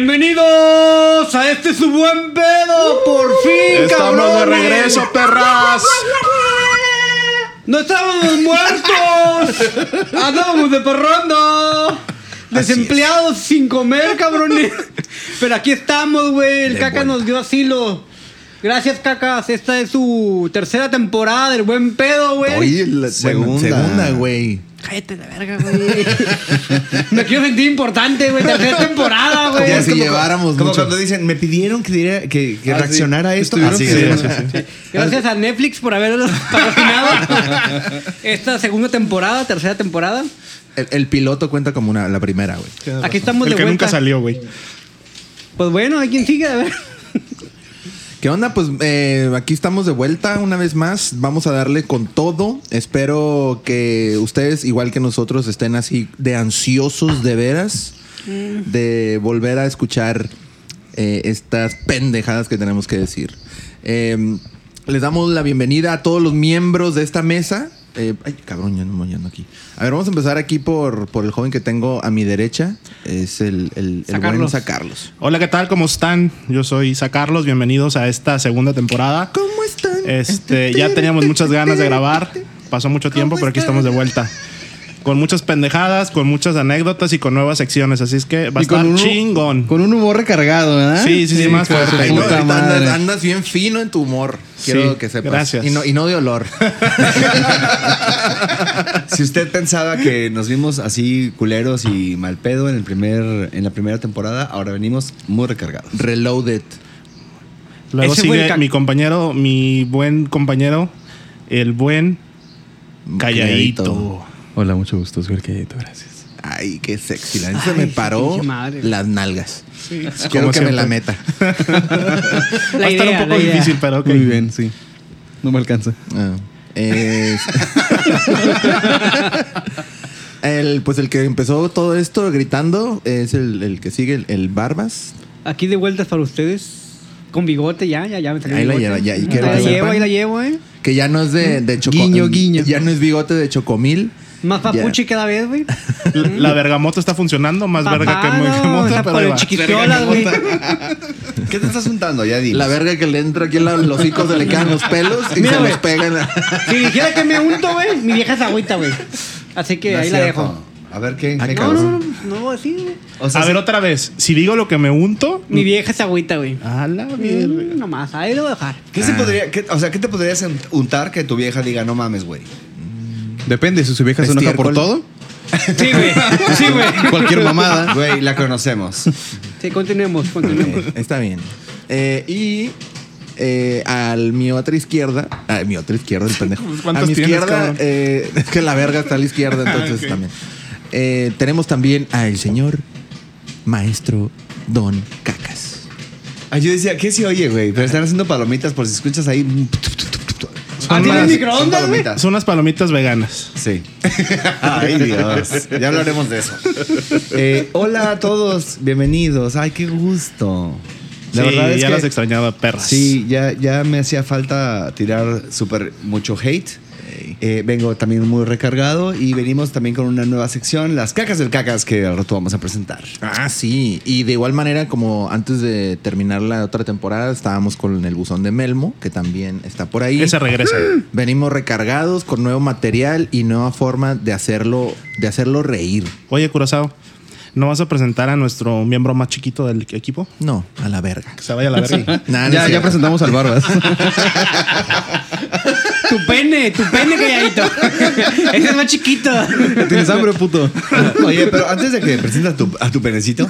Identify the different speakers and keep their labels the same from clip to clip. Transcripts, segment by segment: Speaker 1: Bienvenidos a este su buen pedo, por fin,
Speaker 2: Estamos de
Speaker 1: cabrones.
Speaker 2: regreso, perras.
Speaker 1: No estábamos muertos. Andábamos de perrondo. Desempleados sin comer, cabrones. Pero aquí estamos, güey. El
Speaker 2: De
Speaker 1: caca
Speaker 2: vuelta.
Speaker 1: nos dio asilo. Gracias, cacas. Esta es su tercera temporada del buen pedo, güey.
Speaker 3: Oye, la
Speaker 2: Segunda.
Speaker 3: segunda. Segunda, güey.
Speaker 1: Cállate la verga, güey. Me quiero sentir importante, güey. Tercera temporada, güey.
Speaker 3: Ya
Speaker 1: Es
Speaker 3: si
Speaker 1: como-
Speaker 3: lleváramos
Speaker 2: Ah, Como
Speaker 3: mucho.
Speaker 2: cuando dicen, me pidieron que, diera- que, que
Speaker 3: Ah, sí.
Speaker 2: reaccionara a esto.
Speaker 3: Estuvieron
Speaker 2: Así
Speaker 3: pidiendo,
Speaker 2: es.
Speaker 1: Gracias a Netflix por habernos patrocinado esta segunda temporada, tercera temporada.
Speaker 3: El, el piloto cuenta como una, la primera, güey.
Speaker 1: Aquí estamos
Speaker 4: El
Speaker 1: de
Speaker 4: que
Speaker 1: vuelta.
Speaker 4: nunca salió, güey.
Speaker 1: Pues bueno, hay quien sigue, a ver.
Speaker 3: ¿Qué onda? Pues eh, aquí estamos de vuelta una vez más. Vamos a darle con todo. Espero que ustedes, igual que nosotros, estén así de ansiosos de veras de volver a escuchar eh, estas pendejadas que tenemos que decir. Eh, les damos la bienvenida a todos los miembros de esta mesa. Eh, ay, cabrón, ya no me yendo aquí. A ver, vamos a empezar aquí por, por el joven que tengo a mi derecha. Es el, el, el buen
Speaker 1: Sacarlos.
Speaker 3: Sacarlos.
Speaker 4: Hola, ¿qué tal? ¿Cómo están? Yo soy Isa Carlos. Bienvenidos a esta segunda temporada.
Speaker 3: ¿Cómo están?
Speaker 4: Este, ya teníamos muchas ganas de grabar. Pasó mucho tiempo, pero aquí estamos de vuelta. Con muchas pendejadas, con muchas anécdotas y con nuevas secciones. Así es que va a
Speaker 5: Y con
Speaker 4: estar
Speaker 5: un-
Speaker 4: chingón.
Speaker 5: Con un humor recargado, ¿verdad?
Speaker 4: Sí, sí, sí, más
Speaker 5: hijo de su
Speaker 4: fuerte.
Speaker 3: Ay, no,
Speaker 5: puta
Speaker 3: ahorita
Speaker 5: madre.
Speaker 3: andas, andas bien fino en tu humor. Quiero
Speaker 4: Sí,
Speaker 3: que sepas.
Speaker 4: gracias.
Speaker 3: Y no, y no de olor.
Speaker 2: Si usted pensaba que nos vimos así culeros y mal pedo en, el primer, en la primera temporada, ahora venimos muy recargados.
Speaker 3: Reloaded.
Speaker 4: Luego
Speaker 1: Ese fue el
Speaker 4: sigue
Speaker 1: ca-
Speaker 4: mi compañero, mi buen compañero, el buen calladito.
Speaker 6: Hola, mucho gusto, soy el Calladito, gracias.
Speaker 3: Ay, qué sexy. La neta
Speaker 1: Ay,
Speaker 3: se me
Speaker 1: su
Speaker 3: paró
Speaker 1: pinche madre.
Speaker 3: las nalgas. Quiero
Speaker 4: Como
Speaker 3: que me
Speaker 4: siempre.
Speaker 3: la meta.
Speaker 1: La
Speaker 4: va a estar
Speaker 1: idea,
Speaker 4: un poco
Speaker 1: la idea.
Speaker 4: difícil, pero ok.
Speaker 6: Muy bien, sí. No me alcanza.
Speaker 3: Ah, es- el, pues el que empezó todo esto gritando es el, el que sigue, el, el Barbas.
Speaker 1: Aquí de vueltas para ustedes. Con bigote, ya, ya, ya me salió
Speaker 3: Ahí
Speaker 1: el
Speaker 3: la
Speaker 1: bigote.
Speaker 3: lleva, ya, y
Speaker 1: Ahí
Speaker 3: quiero
Speaker 1: la
Speaker 3: que
Speaker 1: llevo,
Speaker 3: sepan.
Speaker 1: ahí la llevo, eh.
Speaker 3: Que ya no es de, de choco-
Speaker 5: Guiño, guiño.
Speaker 3: Ya no es bigote de chocomil.
Speaker 1: Más
Speaker 3: Ya.
Speaker 1: papuchi cada vez, güey.
Speaker 4: La la bergamota está funcionando, más verga que
Speaker 1: Papá,
Speaker 4: muy
Speaker 1: no,
Speaker 4: bergamota,
Speaker 1: está
Speaker 4: pero
Speaker 1: por
Speaker 4: ahí
Speaker 1: el
Speaker 4: va.
Speaker 1: chiquitiolas, güey.
Speaker 2: ¿Qué te estás juntando? Ya dime.
Speaker 3: La verga que le entra aquí en la- los hocico se le quedan los pelos y
Speaker 1: Mira,
Speaker 3: se
Speaker 1: güey.
Speaker 3: los pegan.
Speaker 1: Si dijera que me unto, güey, mi vieja es agüita, güey. Así que ahí la dejo.
Speaker 2: A ver qué.
Speaker 3: Ah,
Speaker 2: qué
Speaker 1: No, no,
Speaker 2: cabrón.
Speaker 1: no, no, no, así, güey.
Speaker 2: O sea,
Speaker 4: a ver, otra vez. Si digo lo que me unto.
Speaker 1: Mi vieja es agüita, güey.
Speaker 3: Ah,
Speaker 4: A la verga.
Speaker 1: Mm, Nomás, ahí lo voy a dejar.
Speaker 2: ¿qué se podría, qué- o sea, ¿qué te podrías untar que tu vieja diga, no mames, güey?
Speaker 6: Depende, si su vieja se enoja por
Speaker 3: Estiércol.
Speaker 6: todo,
Speaker 1: Sí, güey. Sí, güey.
Speaker 6: cualquier mamada.
Speaker 2: Güey, la conocemos.
Speaker 1: Sí, continuemos, continuemos.
Speaker 3: Eh, Está bien. Eh, y eh, al mi otra izquierda, a mi otra izquierda, el pendejo. A
Speaker 4: ¿Cuántas
Speaker 3: mi
Speaker 4: Pues, tienes,
Speaker 3: izquierda,
Speaker 4: cabrón?
Speaker 3: eh, es que la verga está a la izquierda, entonces también. Eh, tenemos también al señor maestro Don Cacas.
Speaker 2: Ah, yo decía, ¿qué se oye, güey? Pero están haciendo palomitas por si escuchas ahí.
Speaker 1: Ah,
Speaker 2: Son
Speaker 1: ¿tienes
Speaker 2: las-
Speaker 1: microondas,
Speaker 2: son
Speaker 1: güey?
Speaker 2: palomitas.
Speaker 4: Son unas palomitas veganas.
Speaker 2: Sí. Ay, Dios. Ya hablaremos de eso. Eh, hola a todos, bienvenidos. Ay, qué gusto. La
Speaker 4: Sí,
Speaker 2: verdad es
Speaker 4: ya
Speaker 2: que
Speaker 4: las extrañaba, perras.
Speaker 2: Sí, ya, ya me hacía falta tirar súper mucho hate. Eh, vengo también muy recargado y venimos también con una nueva sección, las cacas del cacas, que al rato vamos a presentar.
Speaker 3: Ah, sí. Y de igual manera, como antes de terminar la otra temporada, estábamos con el buzón de Melmo, que también está por ahí.
Speaker 4: Esa regresa.
Speaker 3: Venimos recargados con nuevo material y nueva forma de hacerlo, de hacerlo reír.
Speaker 4: Oye, Curazao, ¿no vas a presentar a nuestro miembro más chiquito del equipo?
Speaker 3: No, a la verga.
Speaker 4: Que se vaya a la verga.
Speaker 6: ya,
Speaker 3: Nah, no es
Speaker 6: ya
Speaker 3: cierto.
Speaker 6: presentamos al Barbas.
Speaker 1: Tu pene, tu pene calladito. Ese es más chiquito.
Speaker 6: ¿Tienes hambre, puto?
Speaker 2: Oye, pero antes de que presentas tu- a tu penecito,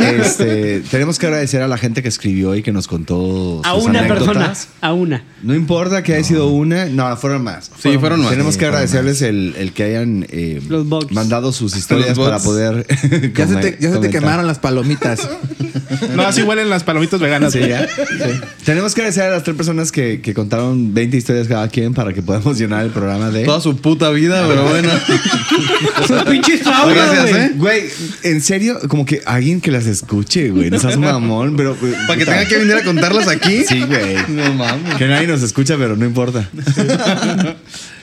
Speaker 2: este, tenemos que agradecer a la gente que escribió y que nos contó
Speaker 1: A
Speaker 2: sus
Speaker 1: una
Speaker 2: anécdotas.
Speaker 1: persona. A una.
Speaker 2: No importa que haya sido una, no, fueron más.
Speaker 6: Sí, fueron más.
Speaker 2: Tenemos
Speaker 6: Sí,
Speaker 2: que
Speaker 6: fueron
Speaker 2: agradecerles el, el que hayan eh,
Speaker 1: Los bots.
Speaker 2: mandado sus historias
Speaker 6: Los bots.
Speaker 2: para poder.
Speaker 3: Ya se te, ya se te
Speaker 2: comentar.
Speaker 3: quemaron las palomitas.
Speaker 4: No, así huelen las palomitas veganas.
Speaker 2: Sí,
Speaker 4: güey.
Speaker 2: ya. Tenemos que agradecer a las tres personas que, que contaron 20 historias cada quien para que podamos llenar el programa de.
Speaker 6: Toda su puta vida, pero bueno.
Speaker 1: Son pinches traumas,
Speaker 6: Gracias,
Speaker 1: güey.
Speaker 6: ¿eh?
Speaker 2: Güey, en serio, como que alguien que las escuche, güey. No seas mamón, pero.
Speaker 6: Para que tenga que venir a contarlas aquí.
Speaker 2: Sí, güey.
Speaker 6: No mames.
Speaker 2: Que nadie nos escucha, pero no importa.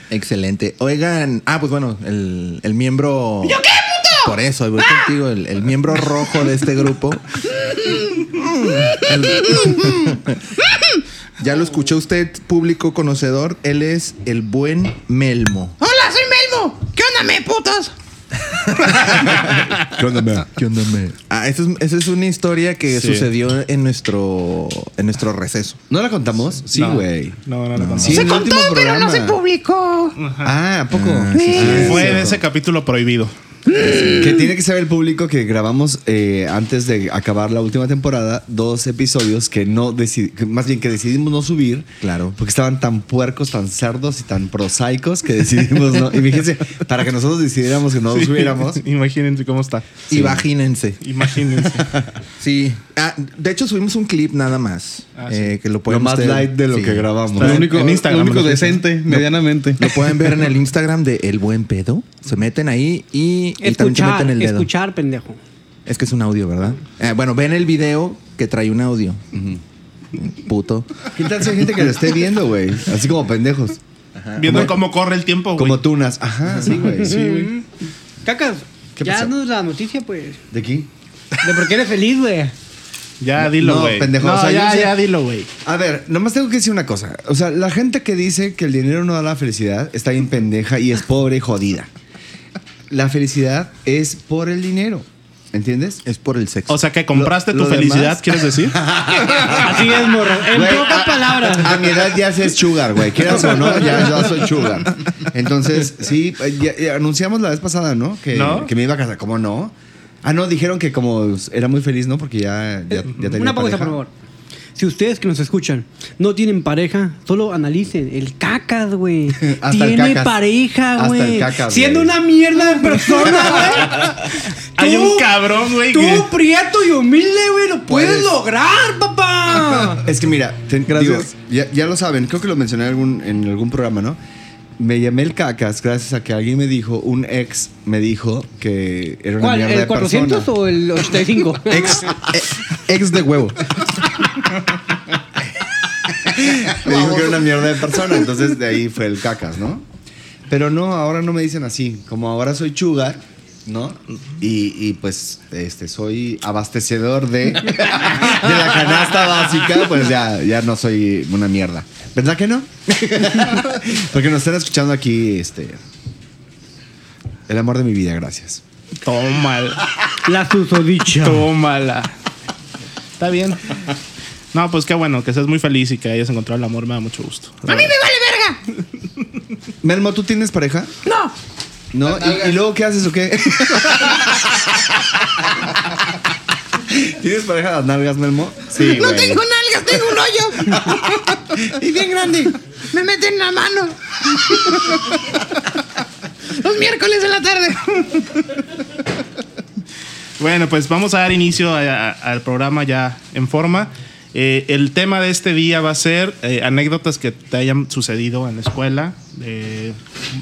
Speaker 3: Excelente. Oigan, ah, pues bueno, el, el miembro. ¿Yo qué, puto? Por eso, voy contigo, el, el miembro rojo de este grupo Ya lo escuchó usted, público conocedor. Él es el buen Melmo.
Speaker 7: ¡Hola, soy Melmo! ¿Qué onda, me putas?
Speaker 2: ¿Qué onda, man?
Speaker 3: Ah, esa es, esa es una historia que
Speaker 4: Sí.
Speaker 3: sucedió en nuestro, en nuestro receso.
Speaker 2: ¿No la contamos? Sí,
Speaker 4: No.
Speaker 2: güey.
Speaker 4: No, no lo contamos.
Speaker 2: Sí.
Speaker 7: Se
Speaker 2: el
Speaker 7: contó,
Speaker 2: último
Speaker 7: pero no
Speaker 2: programa.
Speaker 7: se publicó.
Speaker 2: Ah, ¿a poco?
Speaker 7: Eh,
Speaker 4: Fue de ese capítulo prohibido.
Speaker 2: Que tiene que saber el público que grabamos eh, antes de acabar la última temporada dos episodios que no deci- que más bien que decidimos no subir.
Speaker 3: Claro.
Speaker 2: Porque estaban tan puercos, tan cerdos y tan prosaicos que decidimos no. Y fíjense, para que nosotros decidiéramos que no los subiéramos.
Speaker 4: Imagínense cómo está.
Speaker 3: Imagínense.
Speaker 4: Imagínense.
Speaker 3: Sí. Ah, de hecho, subimos un clip nada más.
Speaker 4: Ah,
Speaker 3: eh, que lo
Speaker 2: Lo
Speaker 3: pueden
Speaker 2: más
Speaker 3: usted-
Speaker 2: light de lo
Speaker 3: sí.
Speaker 2: que grabamos.
Speaker 8: Lo único,
Speaker 4: En Instagram,
Speaker 8: lo único
Speaker 4: ¿no?
Speaker 8: decente, medianamente.
Speaker 3: Lo pueden ver en el Instagram de El Buen Pedo. Se meten ahí y, y también se
Speaker 1: Escuchar,
Speaker 3: meten el dedo.
Speaker 1: escuchar, pendejo.
Speaker 3: Es que es un audio, ¿verdad? Eh, bueno, ven el video que trae un audio. Puto.
Speaker 2: ¿Qué tal si hay gente que lo esté viendo, güey? Así como pendejos.
Speaker 4: Viendo cómo corre el tiempo, Oh, güey.
Speaker 2: Como tunas. Ajá, sí, güey.
Speaker 1: Cacas,
Speaker 2: ¿Qué
Speaker 1: ya
Speaker 2: pasó?
Speaker 1: nos la noticia, pues.
Speaker 2: ¿De aquí?
Speaker 1: De por qué eres feliz, güey.
Speaker 4: Ya dilo,
Speaker 2: No,
Speaker 4: güey.
Speaker 2: pendejo,
Speaker 4: No,
Speaker 2: o sea, yo
Speaker 4: ya,
Speaker 2: sé-
Speaker 4: ya dilo, güey.
Speaker 2: A ver, nomás tengo que decir una cosa. O sea, la gente que dice que el dinero no da la felicidad está bien pendeja y es pobre y jodida. La felicidad es por el dinero. ¿Entiendes?
Speaker 3: Es por el sexo.
Speaker 4: O sea, que compraste
Speaker 2: Lo-
Speaker 4: tu
Speaker 2: lo
Speaker 4: felicidad,
Speaker 2: demás-
Speaker 4: ¿quieres decir?
Speaker 1: Así es, morro. En
Speaker 2: Güey,
Speaker 1: pocas
Speaker 2: a-
Speaker 1: palabras.
Speaker 2: A mi edad ya es sugar, güey. Quieras o no, ya, ya soy sugar. Entonces, sí, eh, ya- ya anunciamos la vez pasada, ¿no? Que,
Speaker 4: ¿No?
Speaker 2: que me iba a casar. ¿Cómo no? Ah, no, dijeron que como era muy feliz, ¿no? Porque ya, ya, ya tenía
Speaker 1: Eh, Una pausa,
Speaker 2: pareja.
Speaker 1: por favor. Si ustedes que nos escuchan no tienen pareja, solo analicen. El cacas, güey.
Speaker 2: Hasta el
Speaker 1: Tiene
Speaker 2: cacas. Hasta
Speaker 1: pareja,
Speaker 2: el
Speaker 1: güey.
Speaker 2: cacas,
Speaker 1: Siendo
Speaker 2: güey.
Speaker 1: una mierda de persona, güey.
Speaker 4: Hay
Speaker 1: Tú-
Speaker 4: un cabrón, güey.
Speaker 1: Tú,
Speaker 4: que-
Speaker 1: prieto y humilde, güey, lo puedes,
Speaker 2: Puedes.
Speaker 1: lograr, papá.
Speaker 2: Es que mira, te-
Speaker 8: Gracias.
Speaker 2: digo, ya, ya lo saben, creo que lo mencioné en algún, en algún programa, ¿no? Me llamé el cacas gracias a que alguien me dijo, un ex me dijo que era una
Speaker 1: ¿Cuál?
Speaker 2: mierda
Speaker 1: ¿El
Speaker 2: de
Speaker 1: 400
Speaker 2: persona.
Speaker 1: o el 85?
Speaker 2: Ex, e- ex de huevo. me dijo que era una mierda de persona, entonces de ahí fue el cacas, ¿no? Pero no, ahora no me dicen así. Como ahora soy chugar, ¿no? Y, y, pues este, soy abastecedor de, de la canasta básica, pues ya, ya no soy una mierda. ¿Verdad que no? Porque nos están escuchando aquí, este. El amor de mi vida, gracias.
Speaker 4: Tómala.
Speaker 1: La susodicha.
Speaker 4: Tómala. Está bien. No, pues qué bueno, que seas muy feliz y que hayas encontrado el amor, me da mucho gusto.
Speaker 7: ¡A mí me vale verga!
Speaker 2: Melmo, ¿tú tienes pareja?
Speaker 7: ¡No!
Speaker 2: ¿No? ¿Y, y luego qué haces o qué? ¿Tienes pareja de las nalgas, Melmo? Sí,
Speaker 7: ¡No tengo nalgas, tengo un hoyo! y bien grande. Me meten la mano. Los miércoles de la tarde.
Speaker 2: Oh.
Speaker 4: Bueno, pues vamos a dar inicio a- a- al programa ya en forma. Eh, el tema de este día va a ser eh, anécdotas que te hayan sucedido en la escuela, de,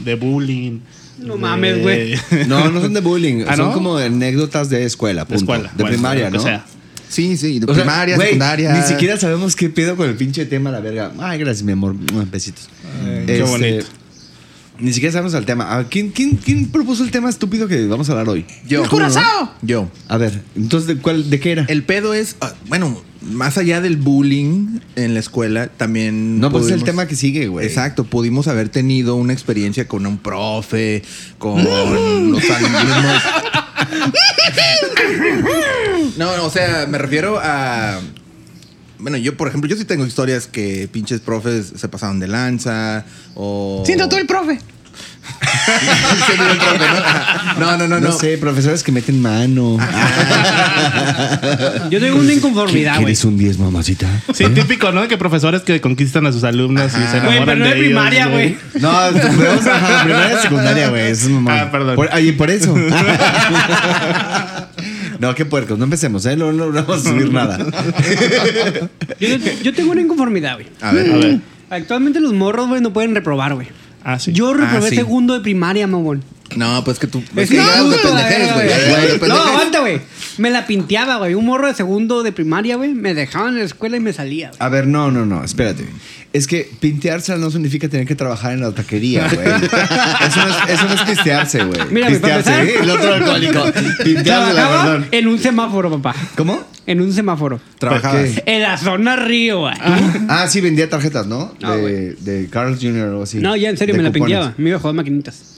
Speaker 4: de bullying.
Speaker 1: No
Speaker 4: de-
Speaker 1: mames, güey.
Speaker 2: No, no son de bullying.
Speaker 4: ¿Ah,
Speaker 2: son
Speaker 4: no?
Speaker 2: como anécdotas de escuela,
Speaker 4: De
Speaker 2: punto.
Speaker 4: escuela.
Speaker 2: De
Speaker 4: bueno,
Speaker 2: primaria,
Speaker 4: lo
Speaker 2: ¿no?
Speaker 4: que sea.
Speaker 3: sí, sí. De
Speaker 2: O sea,
Speaker 3: primaria,
Speaker 2: güey,
Speaker 3: secundaria.
Speaker 2: Ni siquiera sabemos qué pedo con el pinche tema, la verga. Ay, gracias, mi amor. Mua, Besitos. Este,
Speaker 4: qué bonito.
Speaker 2: Ni siquiera sabemos el tema. Ah, ¿Quién, quién, quién propuso el tema estúpido que vamos a hablar hoy?
Speaker 3: Yo.
Speaker 7: ¡El curazao!
Speaker 3: Yo.
Speaker 2: A ver, entonces, ¿de, cuál, de qué era?
Speaker 3: El pedo es, ah, bueno, más allá del bullying en la escuela, también.
Speaker 2: no, pues es el
Speaker 3: pudimos-
Speaker 2: tema que sigue, güey.
Speaker 3: Exacto, pudimos haber tenido una experiencia con un profe, con los alumnos. No, no, o sea, me refiero a. Bueno, yo, por ejemplo, yo sí tengo historias que pinches profes se pasaron de lanza o.
Speaker 7: Siento tú el profe.
Speaker 3: Siento tú el profe, ¿no? No, no, no,
Speaker 2: No,
Speaker 3: no.
Speaker 2: sé, profesores que meten mano. Ah,
Speaker 1: Yo tengo una inconformidad, güey.
Speaker 2: ¿Quieres un 10, mamacita? ¿Eh?
Speaker 4: Sí, típico, ¿no? Que profesores que conquistan a sus alumnas y se enamoran
Speaker 1: Güey, pero no
Speaker 4: de
Speaker 1: de
Speaker 4: ellos,
Speaker 1: primaria, güey.
Speaker 2: No, vamos a primaria y secundaria, güey. Eso es mamá.
Speaker 4: Ah, perdón.
Speaker 2: Por, ay, por eso. no, qué puercos. No empecemos, ¿eh? No, no, no vamos a subir nada.
Speaker 1: Yo, yo tengo una inconformidad, güey.
Speaker 3: A ver,
Speaker 4: A ver.
Speaker 1: Actualmente los morros, güey, no pueden reprobar, güey.
Speaker 4: Ah, sí.
Speaker 1: Yo reprobé
Speaker 3: sí.
Speaker 1: segundo de primaria, mamón.
Speaker 3: No, pues que tú. Es
Speaker 1: que
Speaker 3: que ya
Speaker 1: no,
Speaker 3: de
Speaker 1: güey,
Speaker 3: pendejes,
Speaker 1: la
Speaker 3: güey.
Speaker 1: verga,
Speaker 3: ya de
Speaker 1: No,
Speaker 3: pendejes.
Speaker 1: aguanta, güey. Me la pinteaba, güey. Un morro de segundo de primaria, güey. Me dejaban en la escuela y me salía, güey.
Speaker 2: A ver, no, no, no, espérate. Es que pintearse no significa tener que trabajar en la taquería, güey. Eso no es, eso no es pistearse, güey.
Speaker 1: Mira, güey, para
Speaker 2: Pistearse,
Speaker 1: empezar-
Speaker 2: ¿eh? el otro alcohólico. Pintearse, la
Speaker 1: Trabajaba
Speaker 2: verdad.
Speaker 1: en un semáforo, papá.
Speaker 2: ¿Cómo?
Speaker 1: En un semáforo.
Speaker 3: Trabajabas.
Speaker 2: ¿Para qué?
Speaker 1: En la zona río, güey.
Speaker 2: Ah, sí, vendía tarjetas, ¿no?
Speaker 1: No,
Speaker 2: de, de Carl Jr. o algo así.
Speaker 1: Ah, No, ya en serio,
Speaker 2: De
Speaker 1: me la
Speaker 2: cupones.
Speaker 1: pinteaba. Me iba a jugar maquinitas.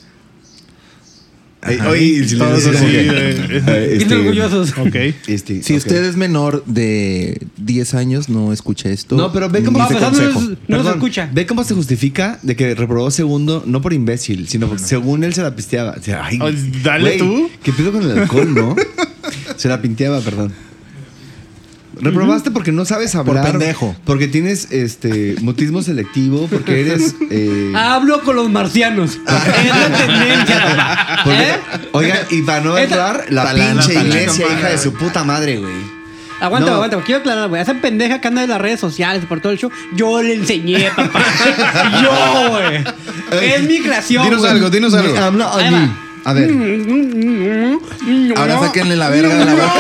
Speaker 2: Ay, Oye, si le
Speaker 4: Todos
Speaker 2: decías,
Speaker 4: así,
Speaker 2: ok.
Speaker 4: eh,
Speaker 2: Ay,
Speaker 1: Bien
Speaker 2: este,
Speaker 1: orgullosos.
Speaker 4: Ok.
Speaker 2: este,
Speaker 3: Si
Speaker 2: ok.
Speaker 3: usted es menor de 10 años, no escuche esto.
Speaker 2: No, pero ve
Speaker 3: ni
Speaker 2: cómo
Speaker 1: No,
Speaker 3: este
Speaker 1: pues,
Speaker 2: se-
Speaker 1: no nos-
Speaker 3: consejo.
Speaker 1: no nos escucha.
Speaker 2: Ve cómo se justifica de que reprobó segundo, no por imbécil, sino porque según él se la pisteaba. O sea, ay,
Speaker 4: Ay, dale
Speaker 2: güey,
Speaker 4: tú.
Speaker 2: ¿Qué pedo con el alcohol, no? se la pinteaba, perdón. Reprobaste porque no sabes hablar.
Speaker 3: pendejo.
Speaker 2: Porque tienes este mutismo selectivo, porque eres. eh,
Speaker 1: Hablo con los marcianos. es la tendencia, papá.
Speaker 2: porque-
Speaker 1: ¿Eh?
Speaker 2: Oigan, y para no
Speaker 1: Esta-
Speaker 2: entrar, la
Speaker 3: Talana,
Speaker 2: pinche
Speaker 3: talana,
Speaker 2: iglesia, hija de su puta madre, güey.
Speaker 1: Aguanta,
Speaker 2: No.
Speaker 1: aguanta. Quiero aclarar, güey. Esa pendeja que anda en las redes sociales por todo el show, yo le enseñé, papá. yo, güey. Es mi creación.
Speaker 9: Dinos
Speaker 1: güey.
Speaker 9: algo, dinos algo.
Speaker 2: I'm not
Speaker 1: Ahí Mm.
Speaker 2: ugly. Mm. A ver.
Speaker 3: Ahora sáquenle la verga de la boca.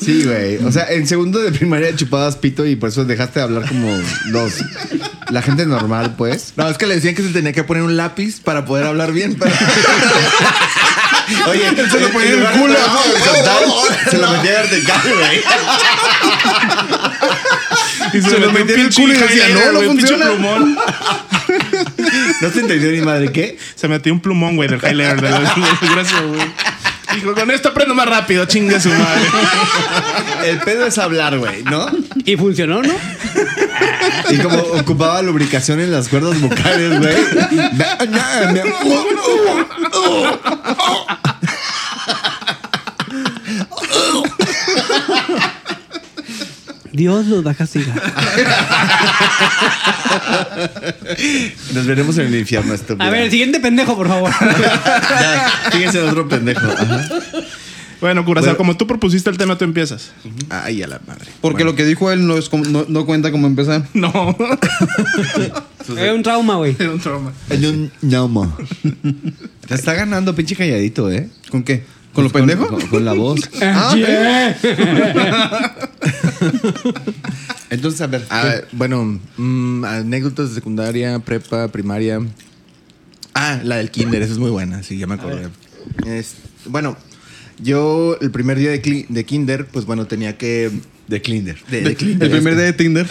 Speaker 2: Sí, güey. O sea, en segundo de primaria chupabas pito y por eso dejaste de hablar como dos. La gente normal, pues.
Speaker 3: No, es que le decían que se tenía que poner un lápiz para poder hablar bien. pero-
Speaker 2: Oye, se lo ponía en el culo. Se lo metía vertical, güey.
Speaker 4: Y
Speaker 9: se lo metía en el culo y decía, no, no funciona.
Speaker 4: plumón.
Speaker 2: No se entendió ni madre qué.
Speaker 4: Se metió un plumón, güey, del highlighter. De la- Gracias, güey. Dijo, con esto aprendo más rápido, chingue su madre.
Speaker 2: El pedo es hablar, güey, ¿no?
Speaker 1: Y funcionó, ¿no?
Speaker 2: Y como ocupaba lubricación en las cuerdas vocales, güey.
Speaker 1: Dios los da castigar.
Speaker 2: Nos veremos en el infierno, estúpido.
Speaker 1: A ver, el siguiente pendejo, por favor.
Speaker 2: Fíjense en otro pendejo. Ajá.
Speaker 4: Bueno, Curazao, como tú propusiste el tema, tú empiezas.
Speaker 3: Ay, a la madre.
Speaker 9: Porque lo que dijo él no, es como- no, no cuenta como empezar.
Speaker 4: No.
Speaker 1: Es un trauma, güey.
Speaker 4: Era un trauma.
Speaker 2: En un gnomo. Te está ganando, pinche calladito, ¿eh?
Speaker 9: ¿Con qué? ¿Con los
Speaker 2: Pues
Speaker 9: pendejos?
Speaker 2: Con, Ah. con la voz.
Speaker 3: Ah,
Speaker 1: Yeah.
Speaker 2: Entonces, a ver.
Speaker 3: Ah, bueno, mm, anécdotas de secundaria, prepa, primaria. Ah, la del kinder, esa es muy buena, sí, ya me acordé. Es- bueno, yo el primer día de, cli- de kinder, pues bueno, tenía que...
Speaker 2: De Clinder.
Speaker 3: de- de
Speaker 9: El
Speaker 3: kinder,
Speaker 9: primer
Speaker 3: este.
Speaker 9: día de Tinder.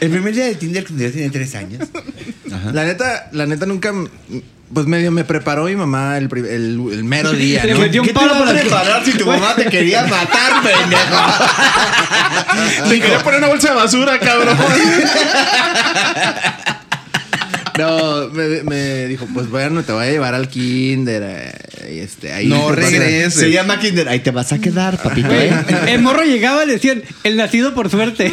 Speaker 2: El primer día de Tinder cuando yo tenía tres años.
Speaker 3: La neta, la neta nunca... mm, Pues medio me preparó mi mamá el, pri- el- el mero día,
Speaker 1: Le
Speaker 3: ¿no?
Speaker 1: metió un palo para
Speaker 2: preparar si tu mamá te quería matar, pendejo?
Speaker 4: Te quería poner una bolsa de basura, cabrón.
Speaker 3: No, me, me dijo, pues bueno, te voy a llevar al kinder. eh, y este, ahí
Speaker 9: No
Speaker 3: te vas a-
Speaker 9: regreses.
Speaker 2: Se llama Kinder. Ahí te vas a quedar, papito.
Speaker 1: Güey,
Speaker 2: ¿eh?
Speaker 1: El morro llegaba y le decían, el nacido por suerte.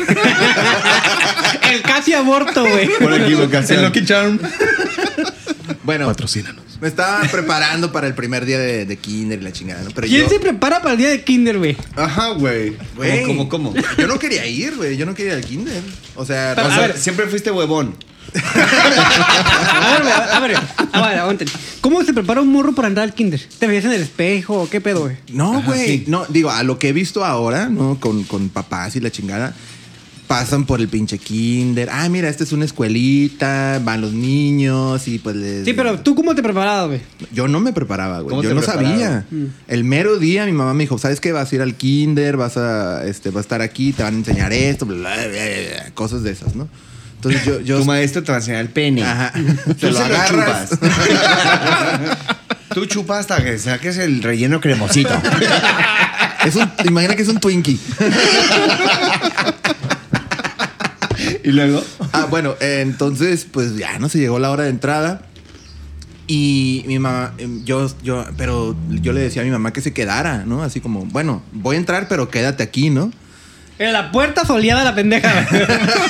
Speaker 1: el casi aborto, güey.
Speaker 2: Por
Speaker 9: El
Speaker 2: equivocación.
Speaker 9: Lucky Charm.
Speaker 3: Bueno. Me estaba preparando para el primer día de, de kinder y la chingada, ¿no? Pero
Speaker 1: ¿Quién
Speaker 3: yo,
Speaker 1: se prepara para el día de kinder, güey?
Speaker 2: Ajá, güey.
Speaker 3: Güey.
Speaker 2: ¿Cómo, cómo, cómo?
Speaker 3: yo no quería ir, güey. Yo no quería ir al kinder. O sea,
Speaker 1: Pero,
Speaker 3: o
Speaker 2: O
Speaker 1: a
Speaker 3: sea,
Speaker 2: sea,
Speaker 1: ver.
Speaker 2: siempre fuiste huevón.
Speaker 1: A ver, güey, a ver, a ver, aguanten. ¿Cómo se prepara un morro para entrar al kinder? ¿Te veías en el espejo? ¿Qué pedo, güey?
Speaker 3: No, güey. No, digo, a lo que he visto ahora, ¿no? Con, con papás y la chingada. Pasan por el pinche kinder. Ah, mira, esta es una escuelita. Van los niños y pues les...
Speaker 1: Sí, pero ¿tú cómo te preparabas, güey?
Speaker 3: Yo no me preparaba, güey.
Speaker 2: ¿Cómo
Speaker 3: Yo
Speaker 2: te
Speaker 3: no
Speaker 2: preparabas?
Speaker 3: sabía. El mero día mi mamá me dijo, ¿sabes qué? Vas a ir al kinder, vas a, este, vas a estar aquí, te van a enseñar esto, bla, bla, bla, bla, bla", cosas de esas, ¿no? Entonces yo... yo
Speaker 2: Tu maestro te va a enseñar el pene.
Speaker 3: Ajá.
Speaker 2: Tú
Speaker 3: Te lo
Speaker 2: se lo
Speaker 3: agarras.
Speaker 2: chupas. Tú chupas hasta que saques el relleno cremosito.
Speaker 3: Es un, imagina que es un Twinkie.
Speaker 2: y luego.
Speaker 3: Ah, bueno, eh, entonces, pues ya no se llegó la hora de entrada. Y mi mamá, em, yo, yo, pero yo le decía a mi mamá que se quedara, ¿no? Así como, bueno, voy a entrar, pero quédate aquí, ¿no?
Speaker 1: En la puerta soleada la pendeja, güey.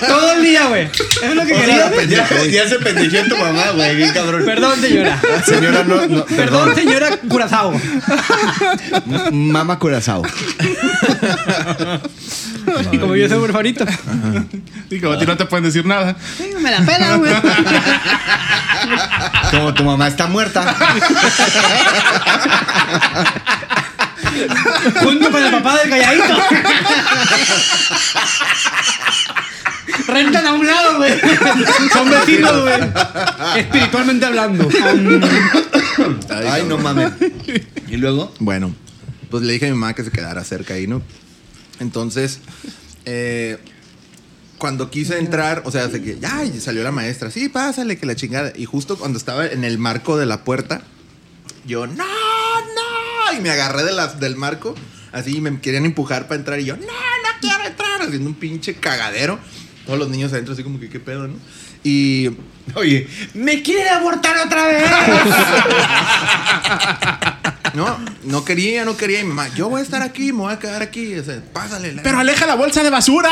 Speaker 1: Todo el día, güey. Es lo que quería. güey.
Speaker 2: ya, ya se pendejó tu mamá, güey. Bien cabrón.
Speaker 1: Perdón, señora.
Speaker 2: Señora, no, no,
Speaker 1: Perdón, señora Curazao.
Speaker 2: Mama Curazao.
Speaker 1: Y como yo soy huerfanito.
Speaker 4: Digo, a ti no te pueden decir nada.
Speaker 1: Me la pela, güey.
Speaker 2: Como tu mamá está muerta.
Speaker 1: Junto con el papá del calladito. Rentan a un lado, güey. Son vecinos, güey. Espiritualmente hablando.
Speaker 2: Ay, no mames. ¿Y luego?
Speaker 3: Bueno, pues le dije a mi mamá que se quedara cerca ahí, ¿no? Entonces, eh, cuando quise entrar, o sea, de que ya y salió la maestra, sí, pásale, que la chingada. Y justo cuando estaba en el marco de la puerta, yo, no, no, y me agarré de la- del marco, así, y me querían empujar para entrar, y yo, no, no quiero entrar, haciendo un pinche cagadero. Todos los niños adentro, así como que, ¿qué pedo, no? Y, oye,
Speaker 10: ¡Me quiere abortar otra vez!
Speaker 3: no, no quería, no quería, y mi mamá, yo voy a estar aquí, me voy a quedar aquí, o sea, pásale. la-
Speaker 4: Pero aleja la bolsa de basura.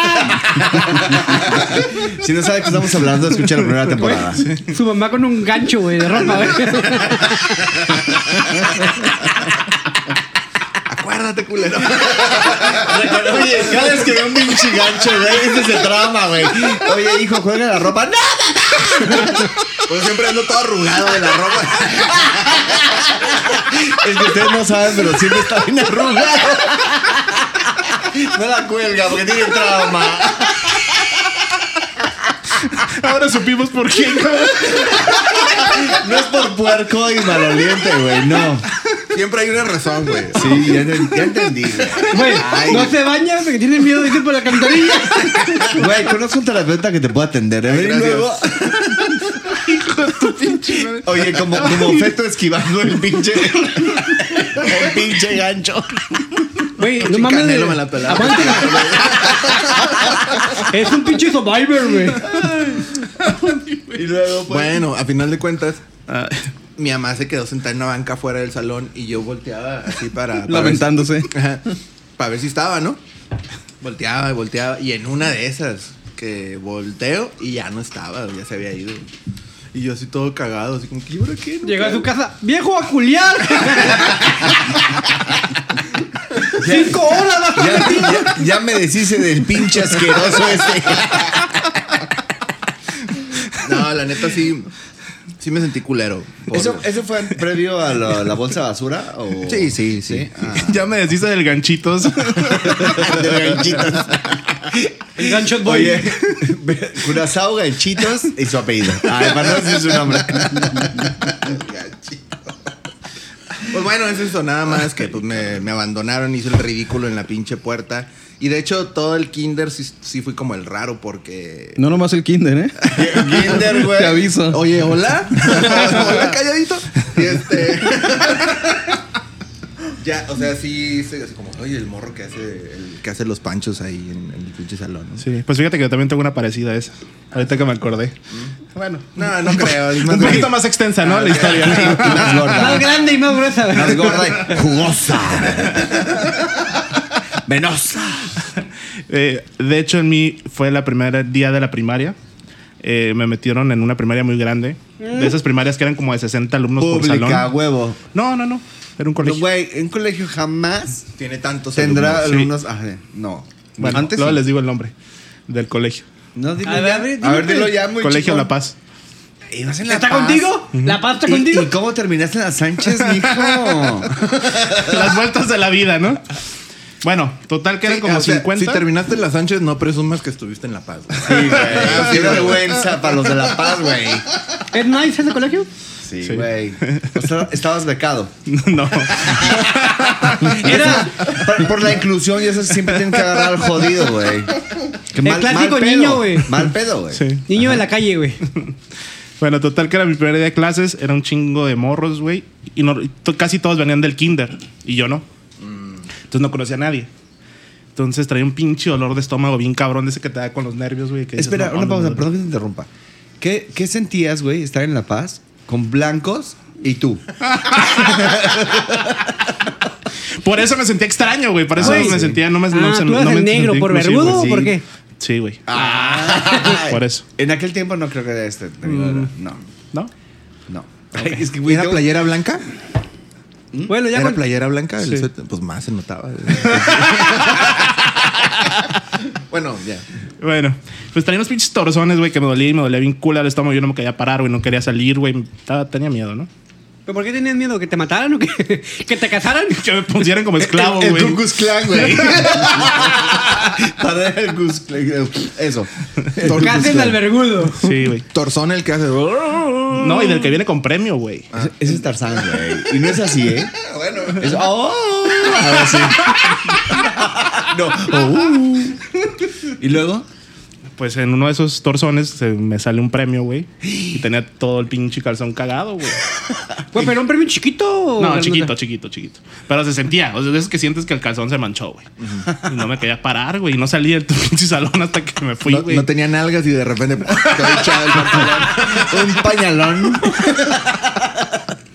Speaker 2: Si no sabe que estamos hablando, escucha la primera temporada.
Speaker 1: Su mamá con un gancho, güey, de ropa, güey.
Speaker 3: acuérdate, culero.
Speaker 2: Oye, cada vez que veo un pinche gancho, güey, este se trama, güey. Oye, hijo, juega la ropa. ¡No!
Speaker 3: Pues siempre ando todo arrugado de la ropa.
Speaker 2: Es que ustedes no saben, pero siempre está bien arrugado. No la cuelga porque tiene trauma.
Speaker 4: Ahora supimos por qué.
Speaker 2: No es por puerco y maloliente, güey, no.
Speaker 3: Siempre hay una razón, güey.
Speaker 2: Sí, ya, enten- ya entendí, güey.
Speaker 1: Güey, no se baña porque tiene miedo de irse por la cantarilla.
Speaker 2: Güey, conozco un terapeuta que te pueda atender, ¿eh? Y
Speaker 3: gracias.
Speaker 2: luego. Oye, como, como feto esquivando el pinche. El pinche gancho.
Speaker 1: Güey, no
Speaker 3: Sí,
Speaker 1: mames.
Speaker 3: Canelo
Speaker 1: güey.
Speaker 3: me la pelaba.
Speaker 1: Aguante. Es un pinche survivor, güey.
Speaker 2: Y luego, pues.
Speaker 3: Bueno, a final de cuentas, mi mamá se quedó sentada en una banca fuera del salón y yo volteaba así para. para
Speaker 11: Lamentándose.
Speaker 3: Ver, Ajá. para ver si estaba, ¿no? Volteaba y volteaba. Y en una de esas que volteo y ya no estaba, ya se había ido. Y yo así todo cagado, así como, ¿y ahora qué? No
Speaker 1: Llegó a
Speaker 3: queda-
Speaker 1: su casa, viejo a culiar. Cinco horas vas a
Speaker 2: Ya, ya- ya me deshice del pinche asqueroso este.
Speaker 3: No, la neta sí. Sí me sentí culero. por-
Speaker 2: ¿Eso, ¿Eso fue previo a la, la bolsa de basura? O...
Speaker 3: Sí, sí, sí. Ah.
Speaker 4: Ya me deshice del ganchitos.
Speaker 2: De ganchitos.
Speaker 1: El gancho boy.
Speaker 2: Oye, Curazao Ganchitos y su apellido. Ah, para no decir su nombre.
Speaker 3: Pues bueno, es eso nada más que pues me, me abandonaron, hice el ridículo en la pinche puerta. Y de hecho, todo el kinder sí, sí fui como el raro porque.
Speaker 11: No nomás el kinder, ¿eh?
Speaker 2: Kinder, güey.
Speaker 11: Te aviso.
Speaker 3: Oye, hola. hola, calladito. Y este. ya, o sea, sí, sí, así como, oye, el morro que hace, el que hace los panchos ahí en, en el pinche salón. ¿no?
Speaker 4: Sí, pues fíjate que yo también tengo una parecida a esa. Ahorita que me acordé. Bueno.
Speaker 3: No, no creo. es más
Speaker 4: Un poquito
Speaker 3: bien-
Speaker 4: más extensa,
Speaker 2: Ah,
Speaker 4: ¿no? La historia.
Speaker 2: Más
Speaker 1: Más
Speaker 2: gorda.
Speaker 1: grande y más gruesa, güey.
Speaker 2: Más gorda y jugosa. Venosa.
Speaker 4: Eh, de hecho, en mí fue la primera día de la primaria. Eh, me metieron en una primaria muy grande. De esas primarias que eran como de 60 alumnos por
Speaker 2: Mm. Pública,
Speaker 4: salón.
Speaker 2: huevo.
Speaker 4: No, no, no. Era un
Speaker 2: No,
Speaker 4: colegio.
Speaker 2: Güey, en colegio jamás
Speaker 3: Tiene tantos.
Speaker 2: tendrá
Speaker 3: alumnos.
Speaker 2: alumnos. Ajá, no.
Speaker 4: bueno,
Speaker 2: antes.
Speaker 4: luego
Speaker 2: sí.
Speaker 4: les digo el nombre del colegio.
Speaker 2: No, dilo
Speaker 1: A ver,
Speaker 2: ya.
Speaker 1: a ver,
Speaker 2: A ver,
Speaker 1: dilo.
Speaker 2: dilo ya muy
Speaker 4: colegio
Speaker 2: chico.
Speaker 4: La Paz.
Speaker 2: Ibas en La
Speaker 1: ¿Está
Speaker 2: Paz.
Speaker 1: contigo? ¿La paz está
Speaker 2: ¿Y,
Speaker 1: contigo?
Speaker 2: ¿Y cómo terminaste en la Sánchez, mijo?
Speaker 4: Las vueltas de la vida, ¿no? Bueno, total que eran
Speaker 3: Sí,
Speaker 4: como
Speaker 3: o sea,
Speaker 4: 50.
Speaker 3: Si terminaste en la Sánchez, no presumas que estuviste en La Paz. güey. Ah,
Speaker 2: Ah, Sí, güey. Qué vergüenza para los de La Paz, güey.
Speaker 1: ¿Es nice ese colegio?
Speaker 2: Sí,
Speaker 4: Sí.
Speaker 2: güey. O sea, estabas becado.
Speaker 4: no.
Speaker 1: Era
Speaker 2: Por, por la inclusión y eso siempre tienen que agarrar al jodido, güey. Que
Speaker 1: El clásico
Speaker 2: pedo,
Speaker 1: niño, güey.
Speaker 2: Mal pedo, güey.
Speaker 4: Sí.
Speaker 1: niño de la calle, güey.
Speaker 4: Bueno, total que era mi primer día de clases, era un chingo de morros, güey. Y no- y to- casi todos venían del kinder y yo no. Entonces no conocía a nadie. Entonces traía un pinche dolor de estómago bien cabrón de ese que te da con los nervios, güey. que dices,
Speaker 2: Espera,
Speaker 4: no,
Speaker 2: una
Speaker 4: no,
Speaker 2: pausa,
Speaker 4: no,
Speaker 2: perdón que te interrumpa. ¿Qué, qué sentías, güey, estar en La Paz con blancos y tú?
Speaker 4: Por eso me sentía extraño, güey. Por eso
Speaker 1: Güey.
Speaker 4: me sentía, no me no
Speaker 1: Ah,
Speaker 4: se-
Speaker 1: ¿tú eras
Speaker 4: no me
Speaker 1: el negro
Speaker 4: sentí
Speaker 1: por
Speaker 4: inclusivo,
Speaker 1: vergudo
Speaker 4: güey.
Speaker 1: o por qué?
Speaker 4: Sí, güey.
Speaker 2: Ah.
Speaker 4: Por eso.
Speaker 2: En aquel tiempo no creo que era este. No,
Speaker 4: ¿No?
Speaker 2: no. Es que, güey,
Speaker 3: ¿Era
Speaker 2: yo-
Speaker 3: playera blanca?
Speaker 1: Bueno, ya
Speaker 3: ¿Era
Speaker 1: con-
Speaker 3: playera blanca? El
Speaker 4: Sí.
Speaker 3: suéter, Pues más se notaba. bueno, ya.
Speaker 4: Bueno, pues traía unos pinches torzones, güey, que me dolía y me dolía bien cool al estómago. Yo no me quería parar, güey, no quería salir, güey. Estaba- Tenía miedo, ¿no?
Speaker 1: ¿Pero por qué tenías miedo? ¿Que te mataran o que, que te cazaran?
Speaker 4: Que me pusieran como esclavo,
Speaker 12: El, el
Speaker 4: güey.
Speaker 12: Cucus Clan, güey. Para el Cucus Clan. Eso. El Ku Klux
Speaker 1: Cacen al
Speaker 12: Klan.
Speaker 1: vergudo.
Speaker 4: Sí, güey.
Speaker 3: Torzón el que hace. "Oh".
Speaker 4: No, y del que viene con premio, güey.
Speaker 12: Ese- Ese es Tarzán, güey. Y no es así, ¿eh? Bueno. Es,
Speaker 2: Ah.
Speaker 12: oh, ahora sí. No. oh. Y luego,
Speaker 4: Pues en uno de esos torzones se me sale un premio, güey. Y tenía todo el pinche calzón cagado, güey.
Speaker 1: Güey, pero un premio chiquito. o
Speaker 4: No,
Speaker 1: grandota?
Speaker 4: chiquito, chiquito, chiquito. Pero se sentía. O sea, de esos que sientes que el calzón se manchó, güey. Y no me quería parar, güey. Y no salí del pinche salón hasta que me fui,
Speaker 3: No,
Speaker 4: güey.
Speaker 3: no tenían algas y de repente. quedó echado el pantalón.
Speaker 12: un pañalón.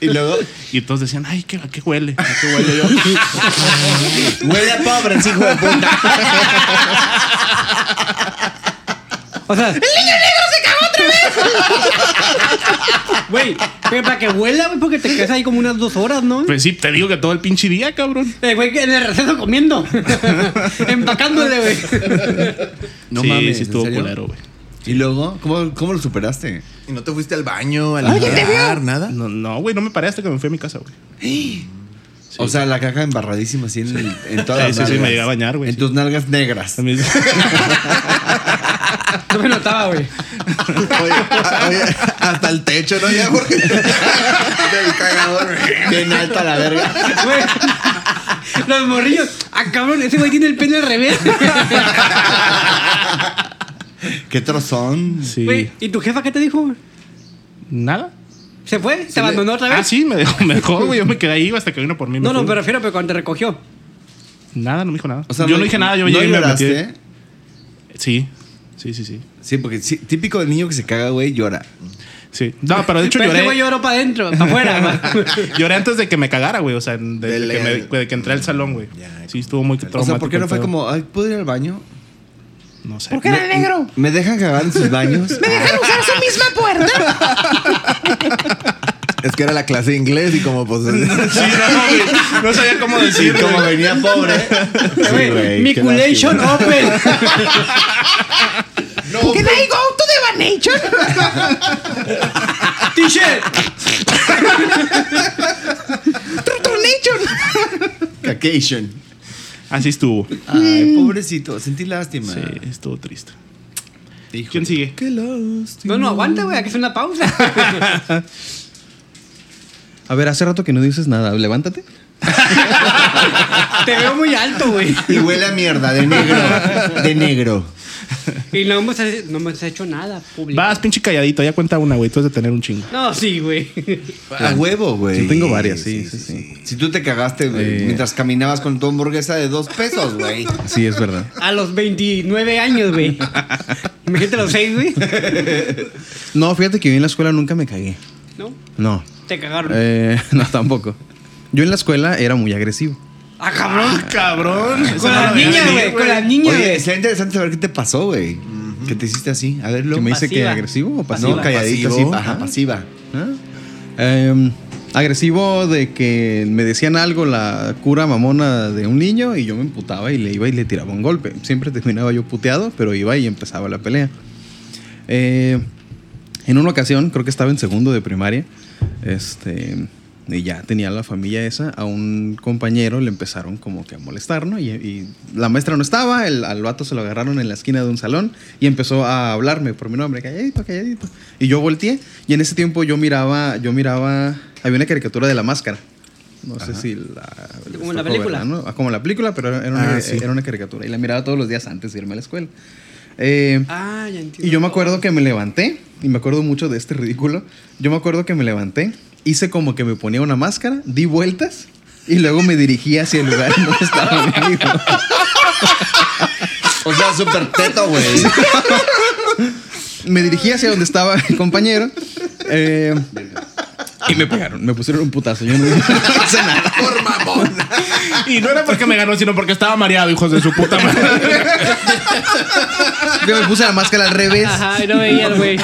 Speaker 12: Y luego,
Speaker 4: Y todos decían, ay, ¿qué, ¿a qué huele? ¿A qué huele yo?
Speaker 12: huele a pobres, hijo de puta.
Speaker 1: O sea. ¡El niño negro se cagó otra vez! Güey, pero para que huela, güey, porque te quedas ahí como unas dos horas, ¿no?
Speaker 4: Pues sí, te digo que todo el pinche día, cabrón.
Speaker 1: Eh, güey, que en el receso comiendo. Empacándole, güey.
Speaker 12: No
Speaker 4: sí,
Speaker 12: mames,
Speaker 4: Sí,
Speaker 12: ¿en
Speaker 4: estuvo
Speaker 12: serio?
Speaker 4: culero, güey.
Speaker 12: Y luego, ¿cómo, cómo lo superaste?
Speaker 3: Y no te fuiste al baño, al lugar, nada.
Speaker 4: No, no, güey, no me paré hasta que me fui a mi casa, güey.
Speaker 12: O sea, la caja embarradísima así en, en todas las
Speaker 4: Sí, sí, sí, me
Speaker 12: nalgas.
Speaker 4: llegué a bañar, güey,
Speaker 12: En
Speaker 4: sí.
Speaker 12: tus nalgas negras.
Speaker 4: A mí-
Speaker 1: No me notaba, güey.
Speaker 3: Oye, a- oye, hasta el techo, ¿no? Ya, porque. Del cagador.
Speaker 12: Bien alta la verga.
Speaker 1: Güey, Los morrillos. Ah, cabrón, ese güey tiene el pene al revés.
Speaker 12: Qué trozón.
Speaker 4: Sí.
Speaker 1: Güey, ¿y tu jefa qué te dijo?
Speaker 4: ¿Nada?
Speaker 1: ¿Se fue? ¿Se abandonó otra vez?
Speaker 4: Ah, sí, me dejó, me dejó, güey. Yo me quedé ahí güey, hasta que vino por mí. me
Speaker 1: No, no,
Speaker 4: fui.
Speaker 1: me refiero, pero cuando te recogió.
Speaker 4: Nada, no me dijo nada. yo no, dije nada, yo
Speaker 12: ¿no
Speaker 4: llegué y me metí.
Speaker 12: lloraste?
Speaker 4: Sí, sí, sí, sí.
Speaker 12: Sí, porque sí, típico del niño que se caga, güey, llora.
Speaker 4: Sí. No, pero de hecho
Speaker 1: pero ese güey
Speaker 4: lloré.
Speaker 1: lloró para adentro, para afuera.
Speaker 4: Lloré antes de que me cagara, güey. O sea, de,
Speaker 3: Del-
Speaker 4: que, me- de que entré al salón, güey. Sí, estuvo muy traumático.
Speaker 12: O sea, ¿por qué no fue
Speaker 4: el pedo.
Speaker 12: como, ay, ¿puedo ir al baño?
Speaker 4: No sé.
Speaker 13: ¿Por qué era negro?
Speaker 12: ¿Me dejan cagar en sus baños?
Speaker 13: ¿Me dejan usar su misma puerta?
Speaker 3: Es que era la clase de inglés y como pues.
Speaker 4: Sí, no, no, güey. No sabía cómo
Speaker 12: Y
Speaker 4: decir.
Speaker 12: como venía pobre.
Speaker 1: Güey,
Speaker 12: Sí, güey,
Speaker 1: Miculation
Speaker 12: qué lástima.
Speaker 1: Open.
Speaker 13: ¿Can I go to the Vanation?
Speaker 1: T-shirt.
Speaker 13: Trutronation.
Speaker 12: Caucasian.
Speaker 4: Así estuvo.
Speaker 12: Ay, pobrecito, sentí lástima.
Speaker 4: Sí, estuvo triste.
Speaker 12: Híjole.
Speaker 4: ¿Quién sigue?
Speaker 1: No, no, aguanta, güey, hay que hacer una pausa.
Speaker 2: A ver, hace rato que no dices nada. Levántate.
Speaker 1: Te veo muy alto, güey.
Speaker 12: Y huele a mierda, de negro. De negro.
Speaker 1: Y no hemos, no hemos hecho nada público.
Speaker 4: Vas, pinche calladito. Ya cuenta una, güey. Tú has de tener un chingo.
Speaker 1: No, sí, güey.
Speaker 12: A huevo, güey.
Speaker 2: Yo tengo varias, Ah, sí, sí, sí. Eh.
Speaker 12: Si tú te cagaste güey,
Speaker 2: Sí.
Speaker 12: mientras caminabas con tu hamburguesa de dos pesos, güey.
Speaker 2: Sí, es verdad.
Speaker 1: A los 29 años, güey. Imagínate los 6, güey.
Speaker 2: No, fíjate que yo en la escuela nunca me cagué.
Speaker 1: ¿No?
Speaker 2: No.
Speaker 1: Te cagaron.
Speaker 2: Eh, no, tampoco. Yo en la escuela era muy agresivo.
Speaker 1: Ah, cabrón.
Speaker 4: Cabrón.
Speaker 1: Con las niñas, güey. Con las niñas,
Speaker 12: Oye,
Speaker 1: güey.
Speaker 12: sería interesante saber qué te pasó, güey. Que te hiciste así. A ver,
Speaker 2: ¿Que
Speaker 12: luego.
Speaker 2: me dice que
Speaker 1: pasiva.
Speaker 2: agresivo o pasivo?
Speaker 12: No, calladito,
Speaker 3: pasivo.
Speaker 12: así, ajá, pasiva.
Speaker 2: Ah. Em, agresivo de que me decían algo la cura mamona de un niño y yo me emputaba y le iba y le tiraba un golpe. Siempre terminaba yo puteado, pero iba y empezaba la pelea. Eh, en una ocasión, creo que estaba en segundo de primaria, este, y ya tenía la familia esa, a un compañero le empezaron como que a molestar, ¿no? Y, y la maestra no estaba, el, al vato se lo agarraron en la esquina de un salón y empezó a hablarme por mi nombre, calladito, calladito. Y yo volteé, y en ese tiempo yo miraba, yo miraba, había una caricatura de la máscara. No sé si la... les
Speaker 1: Como la
Speaker 2: tocó
Speaker 1: película.
Speaker 2: verla, ¿no? Ah, Como la película, pero era una, eh,
Speaker 3: Ah, sí.
Speaker 2: era una caricatura. Y la miraba todos los días antes de irme a la escuela. Eh,
Speaker 1: Ah, ya entiendo.
Speaker 2: y yo me acuerdo que me levanté, y me acuerdo mucho de este ridículo. Yo me acuerdo que me levanté, hice como que me ponía una máscara, di vueltas y luego me dirigí hacia el lugar en donde estaba mi amigo.
Speaker 12: O sea, súper teto, güey.
Speaker 2: Me dirigí hacia donde estaba el compañero. eh, y me pegaron, me pusieron un putazo. Yo no hice nada.
Speaker 4: Y no era porque me ganó, sino porque estaba mareado, hijos de su puta madre.
Speaker 2: Yo me puse la máscara al revés.
Speaker 1: Ajá, y no veía al güey.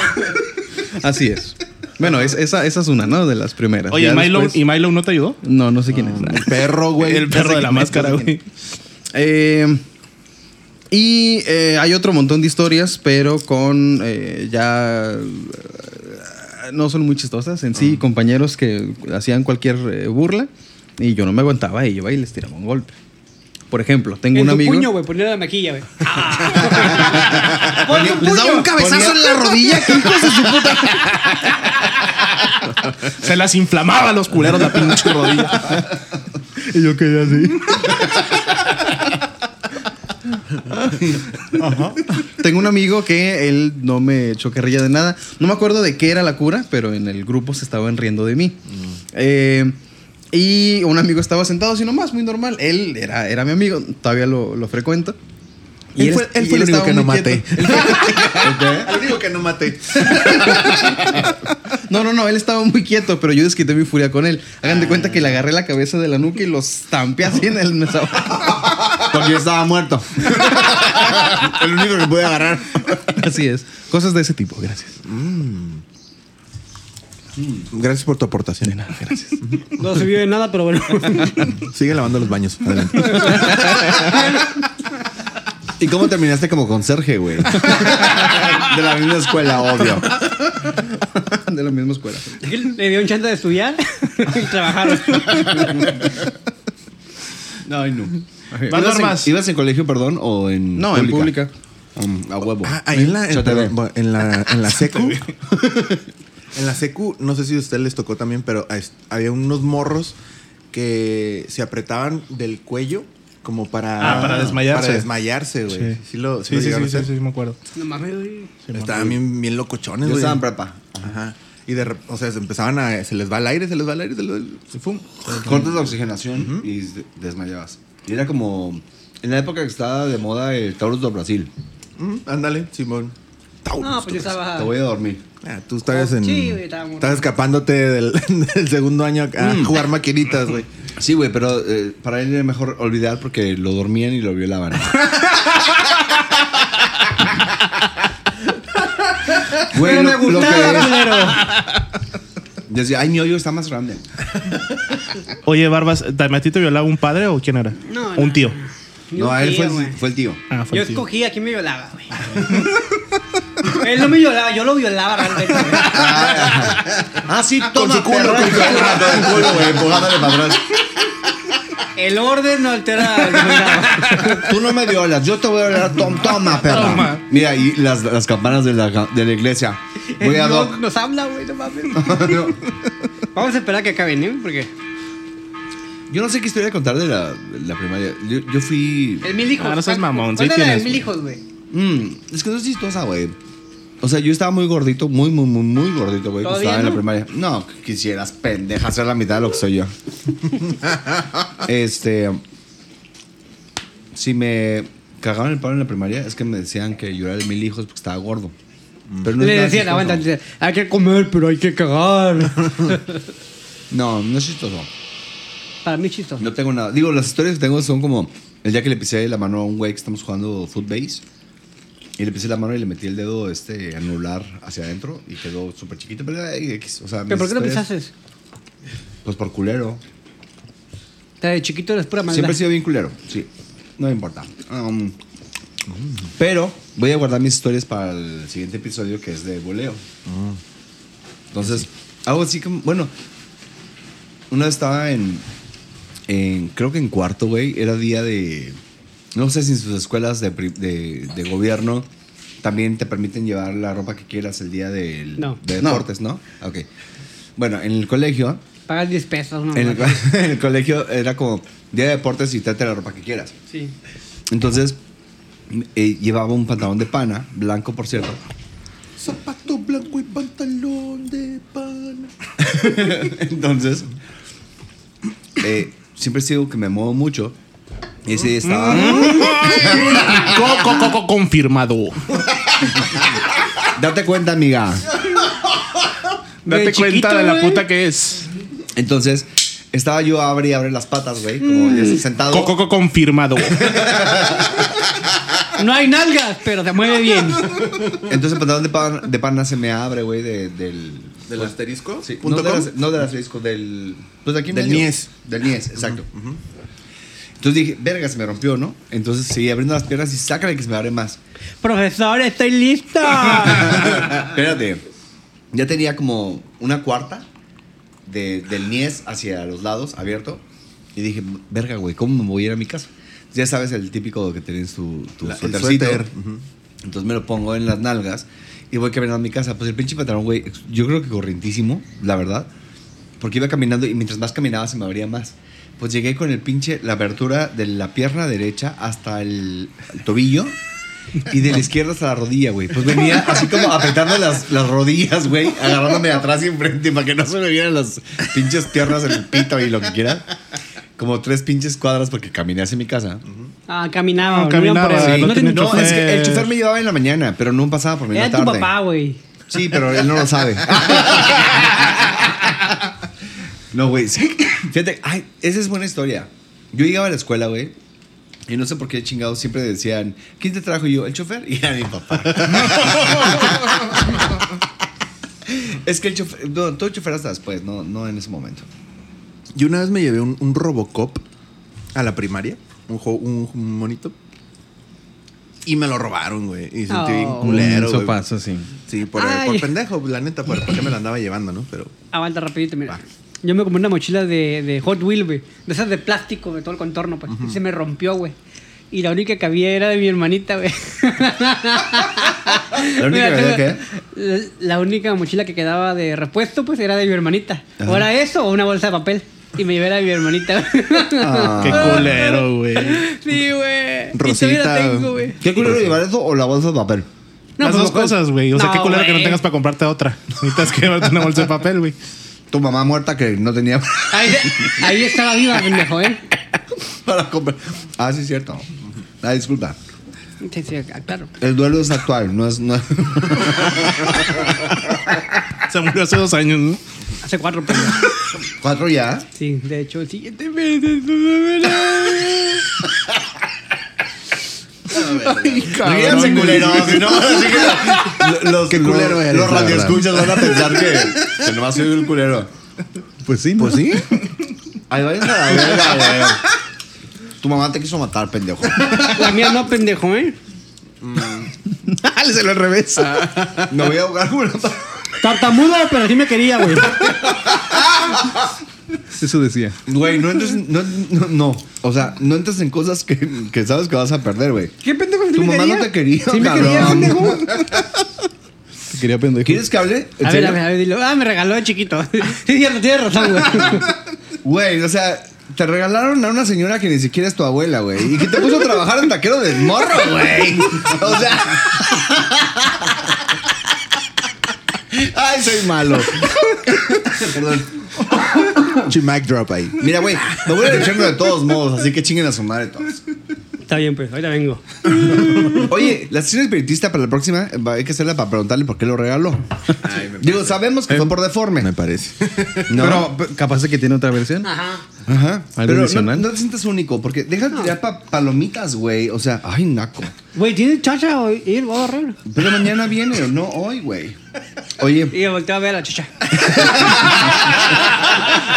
Speaker 2: Así es. Bueno, es- esa, esa es una, ¿no? De las primeras.
Speaker 4: Oye,
Speaker 2: Ya
Speaker 4: Milo,
Speaker 2: después-
Speaker 4: ¿y Milo no te ayudó?
Speaker 2: No, no sé quién es.
Speaker 3: El perro, güey.
Speaker 4: El perro de la máscara, güey.
Speaker 2: Eh, Y eh, hay otro montón de historias, pero con eh, ya. eh, No son muy chistosas en sí, compañeros que hacían cualquier eh, burla y yo no me aguantaba y yo iba y les tiraba un golpe. Por ejemplo, tengo
Speaker 1: En
Speaker 2: un
Speaker 1: tu
Speaker 2: amigo.
Speaker 1: puño, güey, ponle la maquilla, güey.
Speaker 12: Ah.
Speaker 1: Pon tu
Speaker 2: Les daba
Speaker 1: puño.
Speaker 2: un cabezazo en la rodilla, qué hijos de su puta.
Speaker 4: Se las inflamaba a los culeros la pinche rodilla.
Speaker 2: Y yo quedé así. Tengo un amigo que él no me echó carrilla de nada. No me acuerdo de qué era la cura, pero en el grupo se estaban riendo de mí. Eh, y un amigo estaba sentado así nomás, muy normal. Él era, era mi amigo, todavía lo, lo frecuento. Y
Speaker 3: Él fue- él fue el único
Speaker 2: estaba
Speaker 3: que
Speaker 2: muy
Speaker 3: no
Speaker 2: quieto.
Speaker 3: maté.
Speaker 2: Él fue-
Speaker 12: El único que no maté.
Speaker 2: No, no, no, él estaba muy quieto, pero yo desquité mi furia con él. Hagan de cuenta que le agarré la cabeza de la nuca y lo estampé así en el mesón.
Speaker 12: Porque yo estaba muerto. El único que pude agarrar.
Speaker 2: Así es. Cosas de ese tipo, gracias.
Speaker 3: Gracias por tu aportación.
Speaker 2: gracias.
Speaker 1: No se vio de nada, pero bueno.
Speaker 3: Sigue lavando los baños. Adelante.
Speaker 12: ¿Y cómo terminaste como conserje, güey? De la misma escuela, obvio.
Speaker 2: De la misma escuela.
Speaker 1: Le dio un chance de estudiar y trabajar.
Speaker 12: Ay, no.
Speaker 4: Van
Speaker 12: ¿Ibas
Speaker 4: normas.
Speaker 12: en, ¿Ibas en colegio, perdón, o en
Speaker 2: No, en pública.
Speaker 12: Mm, a huevo.
Speaker 3: Ah, ahí en la, en,
Speaker 12: Yo te veo.
Speaker 3: perdón, en la, en la secu. en la secu, no sé si a ustedes les tocó también, pero a est- había unos morros que se apretaban del cuello como para...
Speaker 4: Ah, para desmayarse.
Speaker 3: Para desmayarse, güey. Sí, lo, sí,
Speaker 4: sí,
Speaker 3: lo
Speaker 4: sí,
Speaker 3: llegaron
Speaker 4: sí,
Speaker 3: a
Speaker 4: sí,
Speaker 3: hacer.
Speaker 4: sí, me acuerdo.
Speaker 1: No mames, güey.
Speaker 3: Estaban bien, bien locochones,
Speaker 12: Yo
Speaker 3: güey.
Speaker 12: estaba en prepa.
Speaker 3: Ajá. Y de rep- o sea, se empezaban a... Se les va el aire, se les va el aire, se les va el... Se fue.
Speaker 12: Cortes de oxigenación y des- desmayabas. Y era como... En la época que estaba de moda el Taurus do Brasil.
Speaker 3: Mm, ándale, Simón.
Speaker 1: No, pues yo
Speaker 12: Te
Speaker 1: estaba. Oh,
Speaker 12: voy a dormir.
Speaker 3: Ah, tú estabas en...
Speaker 1: Sí, güey, estaba muy-
Speaker 3: estabas escapándote del, del segundo año a jugar maquinitas, güey.
Speaker 12: Mm. Sí, güey, pero eh, para él era mejor olvidar porque lo dormían y lo violaban. Güey,
Speaker 1: Pero me
Speaker 12: lo- lo
Speaker 1: gustaba,
Speaker 12: que-
Speaker 1: culero.
Speaker 12: Decía, ay, mi hoyo está más grande.
Speaker 4: Oye, Barbas, ¿también ¿a ti te violaba un padre o quién era?
Speaker 1: No,
Speaker 4: un
Speaker 1: no.
Speaker 4: tío.
Speaker 1: Yo
Speaker 12: No, a él
Speaker 1: quería,
Speaker 12: fue el,
Speaker 1: güey.
Speaker 12: fue el tío.
Speaker 4: Ah,
Speaker 1: Yo
Speaker 4: el tío.
Speaker 1: escogí a quién me violaba, güey. Él no me violaba, yo lo violaba realmente. güey.
Speaker 12: Ah, sí,
Speaker 3: toma, perra.
Speaker 12: todo el culo, güey, empujándole para atrás.
Speaker 1: El orden no altera el resultado.
Speaker 12: Tú no me violas, yo te voy a violar. Tom, toma, perra.
Speaker 4: Toma.
Speaker 12: Mira, y las, las campanas de la, de la iglesia. Voy a
Speaker 1: El
Speaker 12: Doc.
Speaker 1: Doc Nos habla, güey, no mames.
Speaker 12: No.
Speaker 1: Vamos a esperar a que acaben, ¿eh? Porque
Speaker 12: Yo no sé qué historia contar de la, de la primaria. Yo, yo fui.
Speaker 1: el mil hijos.
Speaker 4: Ah, no seas mamón,
Speaker 1: ¿Cuál
Speaker 4: sí
Speaker 1: era
Speaker 4: tienes,
Speaker 1: el mil
Speaker 4: güey.
Speaker 1: hijos, güey?
Speaker 12: Mm, es que no es chistosa, güey. O sea, yo estaba muy gordito, muy, muy, muy, muy gordito, güey. cuando
Speaker 1: ¿Todavía
Speaker 12: Estaba en la
Speaker 1: no?
Speaker 12: primaria. No, quisieras, pendeja, ser la mitad de lo que soy yo. este. Si me cagaban el palo en la primaria, es que me decían que yo era de mil hijos porque estaba gordo. Pero no
Speaker 1: Le
Speaker 12: estaba
Speaker 1: decían,
Speaker 12: chistoso.
Speaker 1: aguanta, dice, hay que comer, pero hay que cagar.
Speaker 12: No, no es chistoso.
Speaker 1: Para mí es chistoso.
Speaker 12: No tengo nada. Digo, las historias que tengo son como el día que le pisé la mano a un güey que estamos jugando footbase. Y le pisé la mano y le metí el dedo este anular hacia adentro y quedó súper chiquito. Pero era X. O sea,
Speaker 1: ¿Pero
Speaker 12: mis
Speaker 1: por qué lo
Speaker 12: historias-
Speaker 1: pensaste?
Speaker 12: Pues por culero.
Speaker 1: O sea, de chiquito eres pura maldad.
Speaker 12: Siempre he sido bien culero. Sí. No me importa. Um, pero voy a guardar mis historias para el siguiente episodio que es de voleo. Entonces, hago así como. Bueno, una vez estaba en. en- creo que en cuarto, güey. Era día de. No sé si en sus escuelas de, pri- de- de gobierno también te permiten llevar la ropa que quieras el día del,
Speaker 1: No.
Speaker 12: de deportes, ¿no? Ok. Bueno, en el colegio.
Speaker 1: Pagas 10 pesos, ¿no?
Speaker 12: En el, co- en el colegio era como día de deportes y trate la ropa que quieras.
Speaker 1: Sí.
Speaker 12: Entonces, eh, llevaba un pantalón de pana, blanco por cierto.
Speaker 3: Zapato blanco y pantalón de pan.
Speaker 12: Entonces, eh, siempre digo que me muevo mucho. Y ese día estaba.
Speaker 4: Co- co- co- co- confirmado.
Speaker 12: Date cuenta, amiga.
Speaker 4: Date
Speaker 1: Güey, chiquito,
Speaker 4: cuenta de la
Speaker 1: güey.
Speaker 4: puta que es.
Speaker 12: Entonces, estaba yo abre y abre las patas, güey, como ya sentado.
Speaker 4: Co- co- co- confirmado.
Speaker 1: No hay nalgas, pero se mueve bien.
Speaker 12: Entonces, el pantalón de pana, de pana se me abre, güey, de- del.
Speaker 3: ¿Del asterisco?
Speaker 12: Sí, no,
Speaker 3: Punto
Speaker 12: de
Speaker 3: com.
Speaker 12: las, no de las discos, del. Pues de aquí en
Speaker 3: Del
Speaker 12: medio.
Speaker 3: Nies.
Speaker 12: Del Nies, exacto. Entonces dije, verga, se me rompió, ¿no? Entonces seguí abriendo las piernas y sácale que se me abre más.
Speaker 1: Profesor, estoy lista.
Speaker 12: Espérate. Ya tenía como una cuarta de- del niés hacia los lados abierto. Y dije, verga, güey, ¿cómo me voy a ir a mi casa? Ya sabes el típico que tenés tu, tu
Speaker 3: La- el
Speaker 12: suétercito.
Speaker 3: suéter.
Speaker 12: Entonces me lo pongo en las nalgas y voy caminando a mi casa. Pues el pinche pantalón, güey, yo creo que corrientísimo, la verdad. Porque iba caminando y mientras más caminaba se me abría más. Pues llegué con el pinche, la apertura de la pierna derecha hasta el, el tobillo y de la izquierda hasta la rodilla, güey. Pues venía así como apretando las, las rodillas, güey, agarrándome de atrás y enfrente para que no se me vieran las pinches piernas, el pito y lo que quiera. Como tres pinches cuadras porque caminé hacia mi casa.
Speaker 1: Ah, caminaba.
Speaker 4: No,
Speaker 1: No, iban por
Speaker 4: caminaba,
Speaker 1: él.
Speaker 4: no
Speaker 1: No
Speaker 4: tenía
Speaker 1: tenía-
Speaker 12: No, es que el
Speaker 4: chofer.
Speaker 12: chofer me llevaba en la mañana, pero no pasaba por mí en la
Speaker 1: Era tu
Speaker 12: tarde.
Speaker 1: papá, güey.
Speaker 12: Sí, pero él no lo sabe. no, güey. sí. Fíjate, ay, esa es buena historia. Yo llegaba a la escuela, güey. Y no sé por qué chingados siempre decían, ¿quién te trajo Y yo? ¿El chofer? Y era mi papá. es que el chofer, no, todo chofer hasta después, no, no en ese momento.
Speaker 3: Yo una vez me llevé un, un Robocop a la primaria, un, jo- un- un monito. Y me lo robaron, güey. Y sentí
Speaker 1: Oh.
Speaker 3: bien culero,
Speaker 2: Un
Speaker 3: güey.
Speaker 2: sopazo, sí.
Speaker 3: Sí, por,
Speaker 1: Ay.
Speaker 3: por pendejo, la neta, por, por qué me lo andaba llevando, ¿no? Pero
Speaker 1: Aguanta Ah, rapidito, mira.
Speaker 3: Va.
Speaker 1: Yo me compré una mochila de, de Hot Wheels, güey. De esas de plástico, de todo el contorno, pues. Y se me rompió, güey. Y la única que había era de mi hermanita, güey.
Speaker 12: ¿La única que había
Speaker 1: tengo- La, la única mochila que quedaba de repuesto, pues, era de mi hermanita. O era eso o una bolsa de papel. Y me llevé la de mi hermanita, güey.
Speaker 12: Ah,
Speaker 4: Qué culero, güey.
Speaker 1: Sí, güey. Y todavía la
Speaker 3: Rosita.
Speaker 1: tengo, güey.
Speaker 12: ¿Qué culero llevar eso o la bolsa de papel?
Speaker 4: Las
Speaker 1: pues,
Speaker 4: dos
Speaker 1: pues,
Speaker 4: cosas, güey. O sea,
Speaker 1: no,
Speaker 4: qué culero que no
Speaker 1: güey.
Speaker 4: tengas para comprarte otra. Necesitas que llevarte una bolsa de papel, güey.
Speaker 12: Tu mamá muerta que no tenía
Speaker 1: Ahí, ahí estaba viva, pendejo, ¿eh?
Speaker 12: para comprar. Ah, sí, es cierto. Ah, disculpa.
Speaker 1: Sí, sí, claro.
Speaker 12: El duelo es actual, no es... No es-
Speaker 4: Se murió hace dos años, ¿no?
Speaker 1: Hace cuatro, pero.
Speaker 12: ¿Cuatro ya?
Speaker 1: Sí, de hecho, el siguiente mes.
Speaker 12: Ríanse culeros, si no, así que lo- los,
Speaker 3: Qué culero
Speaker 12: los,
Speaker 3: eres,
Speaker 12: los
Speaker 3: la
Speaker 12: radioescuchas van a pensar que, que nomás soy un culero.
Speaker 2: Pues sí, ¿no?
Speaker 3: Pues sí.
Speaker 12: Ay, vayas a la verga, güey. Tu mamá te quiso matar, pendejo.
Speaker 1: La mía no, pendejo, ¿eh?
Speaker 2: se lo al revés.
Speaker 12: Me voy a ahogar con una pa-
Speaker 1: Tartamudo, pero sí me quería, güey.
Speaker 2: Eso decía.
Speaker 12: Güey, no entres... No, no, no. O sea, no entres en cosas que, que sabes que vas a perder, güey.
Speaker 1: ¿Qué pendejo sí
Speaker 12: Tu
Speaker 1: me
Speaker 12: mamá
Speaker 1: quería?
Speaker 12: no te quería,
Speaker 1: Sí me
Speaker 12: cabrón.
Speaker 1: quería, pendejo.
Speaker 2: Te quería pendejo.
Speaker 12: ¿Quieres que hable? ¿En
Speaker 1: A ver,
Speaker 12: serio?
Speaker 1: a ver, a ver, dilo. Ah, me regaló de chiquito. Sí, cierto, tienes razón, güey.
Speaker 12: Güey, o sea, te regalaron a una señora que ni siquiera es tu abuela, güey. Y que te puso a trabajar en taquero de morro, güey. O sea. Ay, soy malo. Perdón.
Speaker 3: Chimac drop ahí.
Speaker 12: Mira, güey, me voy al infierno de todos modos, así que chinguen a su madre todos.
Speaker 1: Está bien, pues, ahorita vengo.
Speaker 12: Oye, la sesión espiritista para la próxima, va- hay que hacerla para preguntarle por qué lo regaló. Digo, sabemos que fue por deforme.
Speaker 3: Eh, Me parece.
Speaker 12: No.
Speaker 2: Pero pe- capaz de que tiene otra versión.
Speaker 1: Ajá.
Speaker 12: Ajá.
Speaker 2: ¿Algo
Speaker 12: ¿Ah? Pero no,
Speaker 2: adicional?
Speaker 12: no te sientas único, porque deja de tirar pa- palomitas, güey. O sea, ay, naco.
Speaker 1: Güey, ¿tienes chacha o ir? Voy a borrar.
Speaker 12: Pero mañana viene, no hoy, güey. Oye,
Speaker 1: Y yo volteo a ver a la chacha.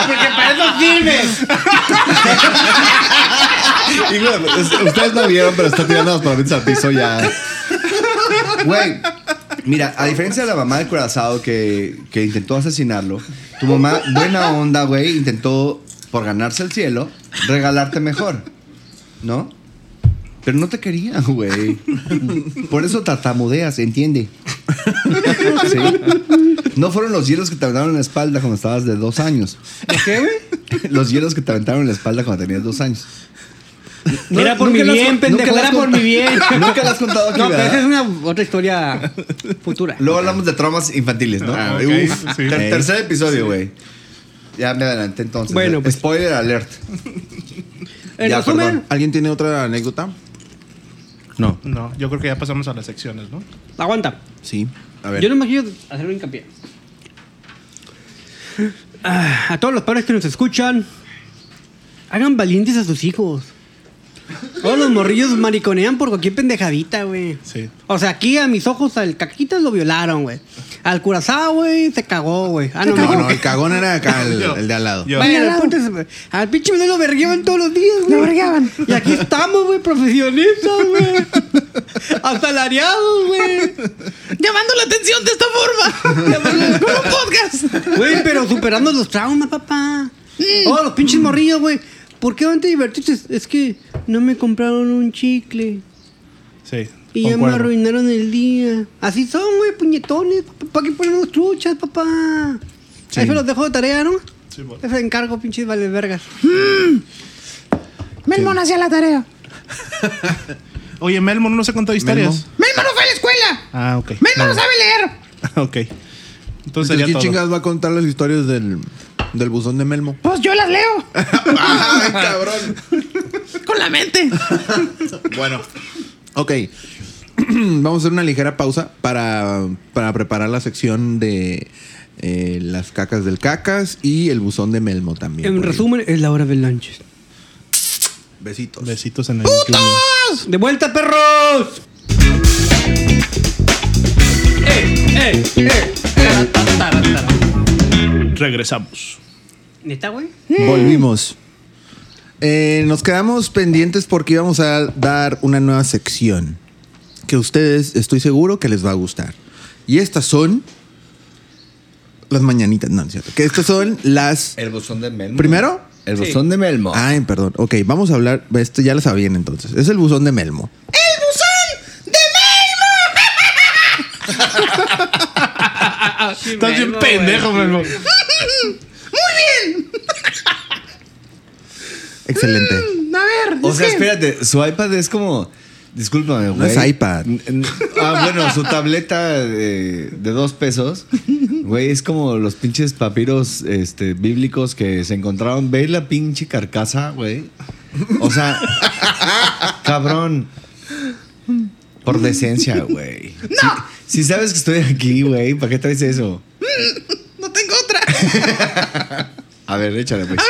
Speaker 1: Porque para eso sirve.
Speaker 12: ustedes no vieron, pero está tirando las palomitas al piso ya. Güey, mira, a diferencia de la mamá de Curazao que, que intentó asesinarlo, tu mamá, buena onda, güey, intentó, por ganarse el cielo, regalarte mejor. ¿No? Pero no te quería, güey. Por eso tartamudeas, entiende. Sí. No fueron los hielos que te aventaron en la espalda cuando estabas de dos años.
Speaker 1: ¿Qué, güey?
Speaker 12: Los hielos que te aventaron en la espalda cuando tenías dos años.
Speaker 1: Era por mi
Speaker 12: nunca las-
Speaker 1: bien,
Speaker 12: nunca
Speaker 1: pendejo.
Speaker 12: las
Speaker 1: Era por
Speaker 12: cont-
Speaker 1: mi bien.
Speaker 12: Nunca las has contado aquí,
Speaker 1: No, pero
Speaker 12: ¿verdad?
Speaker 1: esa es una otra historia futura.
Speaker 12: Luego hablamos de traumas infantiles, ¿no?
Speaker 4: Ah, ok,
Speaker 12: Uf,
Speaker 4: sí.
Speaker 12: ter- tercer episodio, güey. Ya me adelanté entonces.
Speaker 1: Bueno, pues.
Speaker 12: Spoiler alert.
Speaker 1: En
Speaker 12: Ya,
Speaker 1: resumen,
Speaker 12: perdón.
Speaker 3: ¿Alguien tiene otra anécdota?
Speaker 2: No.
Speaker 4: No, yo creo que ya pasamos a las secciones, ¿no?
Speaker 1: aguanta.
Speaker 3: Sí. A ver.
Speaker 1: Yo no me quiero hacer un hincapié. Ah, a todos los padres que nos escuchan, hagan valientes a sus hijos. Todos los morrillos mariconean por cualquier pendejadita, güey.
Speaker 4: Sí.
Speaker 1: O sea, aquí a mis ojos al caquitas lo violaron, güey. Al curazao, güey, se cagó, güey. Ah, no,
Speaker 3: No,
Speaker 1: no.
Speaker 3: no, el cagón era acá, el,
Speaker 4: Yo.
Speaker 3: el de al lado.
Speaker 4: Yo.
Speaker 1: Bueno,
Speaker 13: Al lado.
Speaker 1: ponte ese- al pinche video lo vergueaban todos los días, güey.
Speaker 13: Lo vergueaban.
Speaker 1: Y aquí estamos, güey, profesionistas, güey. Asalariados, güey.
Speaker 13: Llamando la atención de esta forma. Con un podcast. Mm.
Speaker 1: Güey, pero superando los traumas, papá. Oh, los pinches morrillos, güey. ¿Por qué antes divertirse? Es que no me compraron un chicle.
Speaker 4: Sí.
Speaker 1: Y ya me
Speaker 4: concuerdo.
Speaker 1: arruinaron el día. Así son, güey, puñetones. ¿Para qué ponemos truchas, papá? Eso los dejo de tarea, ¿no?
Speaker 4: Sí, bueno.
Speaker 1: Eso encargo, pinches vales vergas.
Speaker 13: Melmon hacía la tarea.
Speaker 4: Oye, Melmon no se contó historias.
Speaker 13: Melmon no fue a la escuela.
Speaker 4: Ah, ok.
Speaker 13: Melmon no
Speaker 4: Vale.
Speaker 13: sabe leer.
Speaker 4: Ok. Entonces
Speaker 3: Entonces,
Speaker 4: sería
Speaker 3: ¿quién
Speaker 4: todo.
Speaker 3: chingas va a contar las historias del, del buzón de Melmo?
Speaker 13: Pues yo las leo.
Speaker 3: ¡Ay, cabrón!
Speaker 13: Con la mente.
Speaker 3: Bueno. Ok. Vamos a hacer una ligera pausa para, para preparar la sección de eh, las cacas del cacas y el buzón de Melmo también.
Speaker 1: En
Speaker 3: por ahí.
Speaker 1: resumen, es la hora del lunch.
Speaker 3: Besitos.
Speaker 4: Besitos en el incluyo.
Speaker 1: ¡De vuelta, perros!
Speaker 4: Regresamos.
Speaker 1: ¿Neta, güey?
Speaker 3: Mm. Volvimos. Eh, nos quedamos pendientes porque íbamos a dar una nueva sección que ustedes estoy seguro que les va a gustar. Y estas son las mañanitas, no, no es cierto. Que estas son las...
Speaker 12: El buzón de Melmo.
Speaker 3: ¿Primero?
Speaker 12: El buzón de Melmo.
Speaker 3: Ay, perdón. Ok, vamos a hablar. Esto ya lo sabían entonces. Es el buzón de Melmo.
Speaker 4: Estás bien pendejo, Melmon.
Speaker 3: Excelente.
Speaker 1: Mm.
Speaker 13: A
Speaker 1: Ah,
Speaker 13: ver.
Speaker 12: O
Speaker 13: es
Speaker 12: sea,
Speaker 13: que-
Speaker 12: espérate, su iPad es como. Discúlpame, güey.
Speaker 3: es iPad.
Speaker 12: N- n- Ah, bueno, su tableta de, de dos pesos, güey, es como los pinches papiros este, bíblicos que se encontraron. Ve la pinche carcasa, güey. O sea, cabrón. Por decencia, güey. ¡No! Si, si sabes que estoy aquí, güey, ¿para qué traes eso?
Speaker 13: No tengo otra.
Speaker 12: A ver, échale, pues.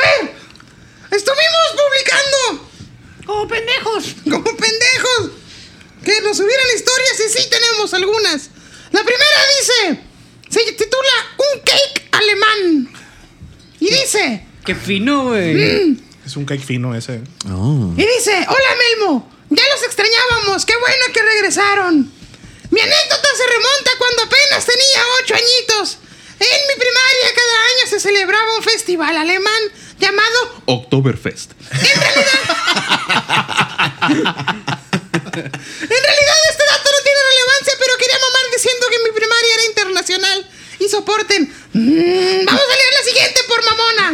Speaker 13: Estuvimos publicando. Como pendejos. Como pendejos. Que nos subieran historias y sí tenemos algunas. La primera dice. Se titula Un cake alemán. Y dice.
Speaker 1: ¡Qué fino, güey!
Speaker 4: Es un cake fino ese.
Speaker 3: Oh.
Speaker 13: Y dice, hola Melmo, ya los extrañábamos, qué bueno que regresaron. Mi anécdota se remonta cuando apenas tenía ocho añitos. En mi primaria cada año se celebraba un festival alemán llamado...
Speaker 4: Oktoberfest.
Speaker 13: En realidad este dato no tiene relevancia, pero quería mamar diciendo que mi primaria era internacional. Y soporten. Mm, vamos a leer la siguiente por mamona.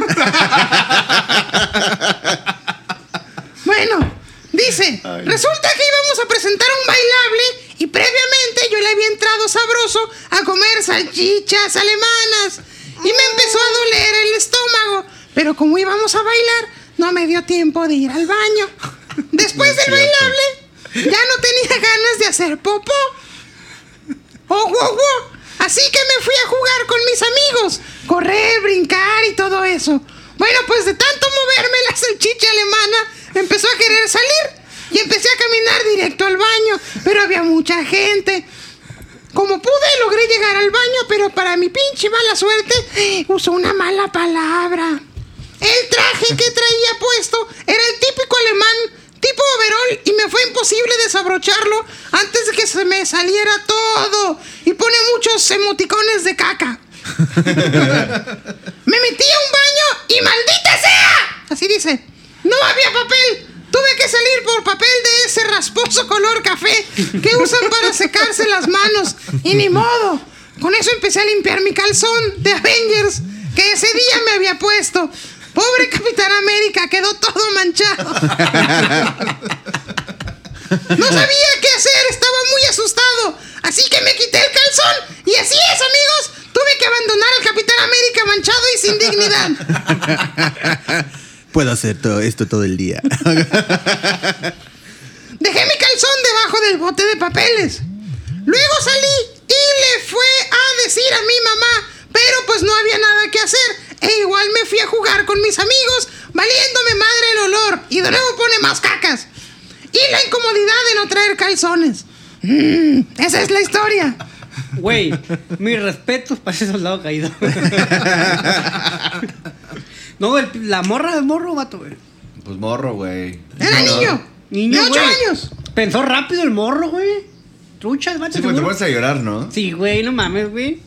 Speaker 13: bueno, dice, resulta que íbamos a presentar un bailable y previamente yo le había entrado sabroso a comer salchichas alemanas y me empezó a doler el estómago, pero como íbamos a bailar, no me dio tiempo de ir al baño. Después del bailable, ya no tenía ganas de hacer popó. ¡Oh, wow, wow! Así que me fui a jugar con mis amigos. Correr, brincar y todo eso. Bueno, pues de tanto moverme la salchicha alemana empezó a querer salir y empecé a caminar directo al baño, pero había mucha gente. Como pude, logré llegar al baño, pero para mi pinche mala suerte, usó una mala palabra. El traje que traía puesto era el típico alemán, tipo overol, y me fue imposible desabrocharlo antes de que se me saliera todo. Y pone muchos emoticones de caca. Me metí a un baño y maldita sea. Así dice. No había papel. Tuve que salir por papel de ese rasposo color café que usan para secarse las manos. Y ni modo. Con eso empecé a limpiar mi calzón de Avengers que ese día me había puesto. Pobre Capitán América, quedó todo manchado. No sabía qué hacer, estaba muy asustado. Así que me quité el calzón. Y así es, amigos. Tuve que abandonar al Capitán América manchado y sin dignidad.
Speaker 3: Puedo hacer todo esto todo el día.
Speaker 13: Dejé mi calzón debajo del bote de papeles. Luego salí y le fue a decir a mi mamá, pero pues no había nada que hacer. E igual me fui a jugar con mis amigos, valiéndome madre el olor. Y de nuevo pone más cacas. Y calzones. Mm, esa es la historia.
Speaker 1: Güey, mis respetos para ese soldado caído. no, el- la morra del morro, vato, güey.
Speaker 12: Pues morro, güey.
Speaker 13: Era niño.
Speaker 1: Niño,
Speaker 13: de ocho
Speaker 1: güey.
Speaker 13: años.
Speaker 1: Pensó rápido el morro, güey. Trucha, el vato.
Speaker 12: Sí, porque te
Speaker 1: seguro.
Speaker 12: pones a llorar, ¿no?
Speaker 1: Sí, güey, no mames, güey.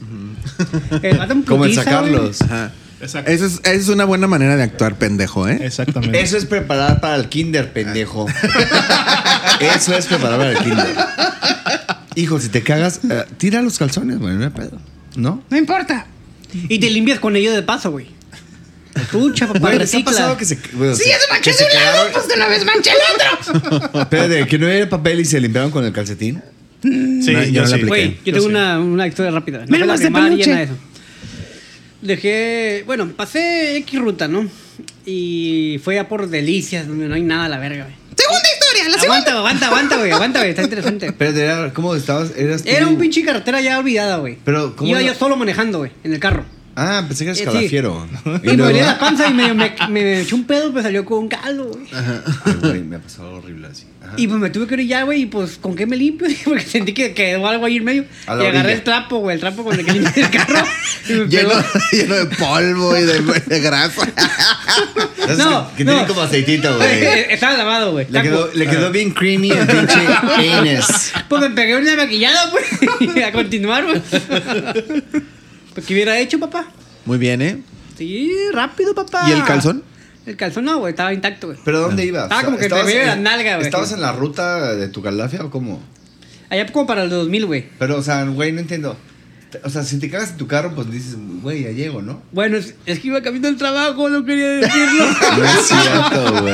Speaker 1: El vato en
Speaker 12: Como en
Speaker 1: putiza, güey.
Speaker 12: sacarlos.
Speaker 3: Ajá. Esa
Speaker 4: Exacto.
Speaker 3: es, esa es una buena manera de actuar, pendejo, ¿eh?
Speaker 4: Exactamente.
Speaker 12: Eso es preparar para el kinder, pendejo. Eso es preparar para el kinder. Hijo, si te cagas, eh, tira los calzones, güey, no hay pedo. ¿No?
Speaker 13: No importa.
Speaker 1: Y te limpias con ello de paso, güey. Trucha, papá,
Speaker 12: Güey, ¿les ha
Speaker 1: recicla.
Speaker 12: pasado que se... bueno,
Speaker 13: Si
Speaker 12: se-
Speaker 13: ya se manchó
Speaker 12: que se
Speaker 13: de un lado,
Speaker 12: cagaron-
Speaker 13: pues de una vez mancha el otro.
Speaker 12: Espérate, que no era papel y se limpiaron con el calcetín.
Speaker 4: Sí,
Speaker 3: No, yo
Speaker 4: yo
Speaker 3: no la
Speaker 4: sí.
Speaker 3: apliqué.
Speaker 1: Güey, yo tengo
Speaker 4: sí.
Speaker 1: una, una historia rápida.
Speaker 13: Mira más de peluche.
Speaker 1: llena de eso. Dejé, bueno, pasé X ruta, ¿no? Y fue a por delicias, donde no hay nada a la verga, güey.
Speaker 13: Segunda historia,
Speaker 1: Aguanta,
Speaker 13: la segunda.
Speaker 1: aguanta, aguanta, güey, aguanta, güey, está interesante.
Speaker 12: Espérate, era- ¿cómo estabas? Eras tú-
Speaker 1: Era un pinche carretera ya olvidada, güey.
Speaker 12: Pero, ¿cómo
Speaker 1: Iba
Speaker 12: era?
Speaker 1: yo solo manejando, güey, en el carro.
Speaker 12: Ah, pensé que
Speaker 1: Eh,
Speaker 12: eras
Speaker 1: sí.
Speaker 12: calafiero.
Speaker 1: Y me dolía
Speaker 12: ah,
Speaker 1: la panza y medio me, me eché un pedo, pues salió con un caldo, güey.
Speaker 12: Ay, güey, me ha pasado algo horrible así. Ah, Ajá.
Speaker 1: Y pues me tuve que orillar, güey, y pues con qué me limpio, porque sentí que quedó algo ahí en medio.
Speaker 12: A la
Speaker 1: y agarré
Speaker 12: orilla.
Speaker 1: el trapo, güey, el trapo con el que limpié el carro. y me
Speaker 3: Lleno,
Speaker 1: pegó.
Speaker 3: lleno de polvo y de, de grasa.
Speaker 12: Esas
Speaker 1: no,
Speaker 12: que, que
Speaker 1: no.
Speaker 12: tienen como aceitito, güey.
Speaker 1: Eh, Estaba lavado, güey.
Speaker 12: Le quedó, le quedó bien creamy el pinche penis.
Speaker 1: Pues me pegué una maquillada, güey. y a continuar, güey. Pues ¿qué hubiera hecho, papá?
Speaker 3: Muy bien, ¿eh?
Speaker 1: Sí, rápido, papá.
Speaker 3: ¿Y el calzón?
Speaker 1: El calzón no, güey, estaba intacto, güey.
Speaker 12: ¿Pero dónde ibas?
Speaker 1: Estaba Ah, como que
Speaker 12: ¿Estabas
Speaker 1: te veía
Speaker 12: en-
Speaker 1: la nalga, güey.
Speaker 12: ¿Estabas en la ruta de tu calafia o cómo?
Speaker 1: Allá como para los 2000, güey.
Speaker 12: Pero, o sea, güey, no entiendo. O sea, si te cagas en tu carro, pues dices, güey, ya llego, ¿no?
Speaker 1: Bueno, es, es que iba camino al trabajo, no quería decirlo.
Speaker 12: No es cierto, güey.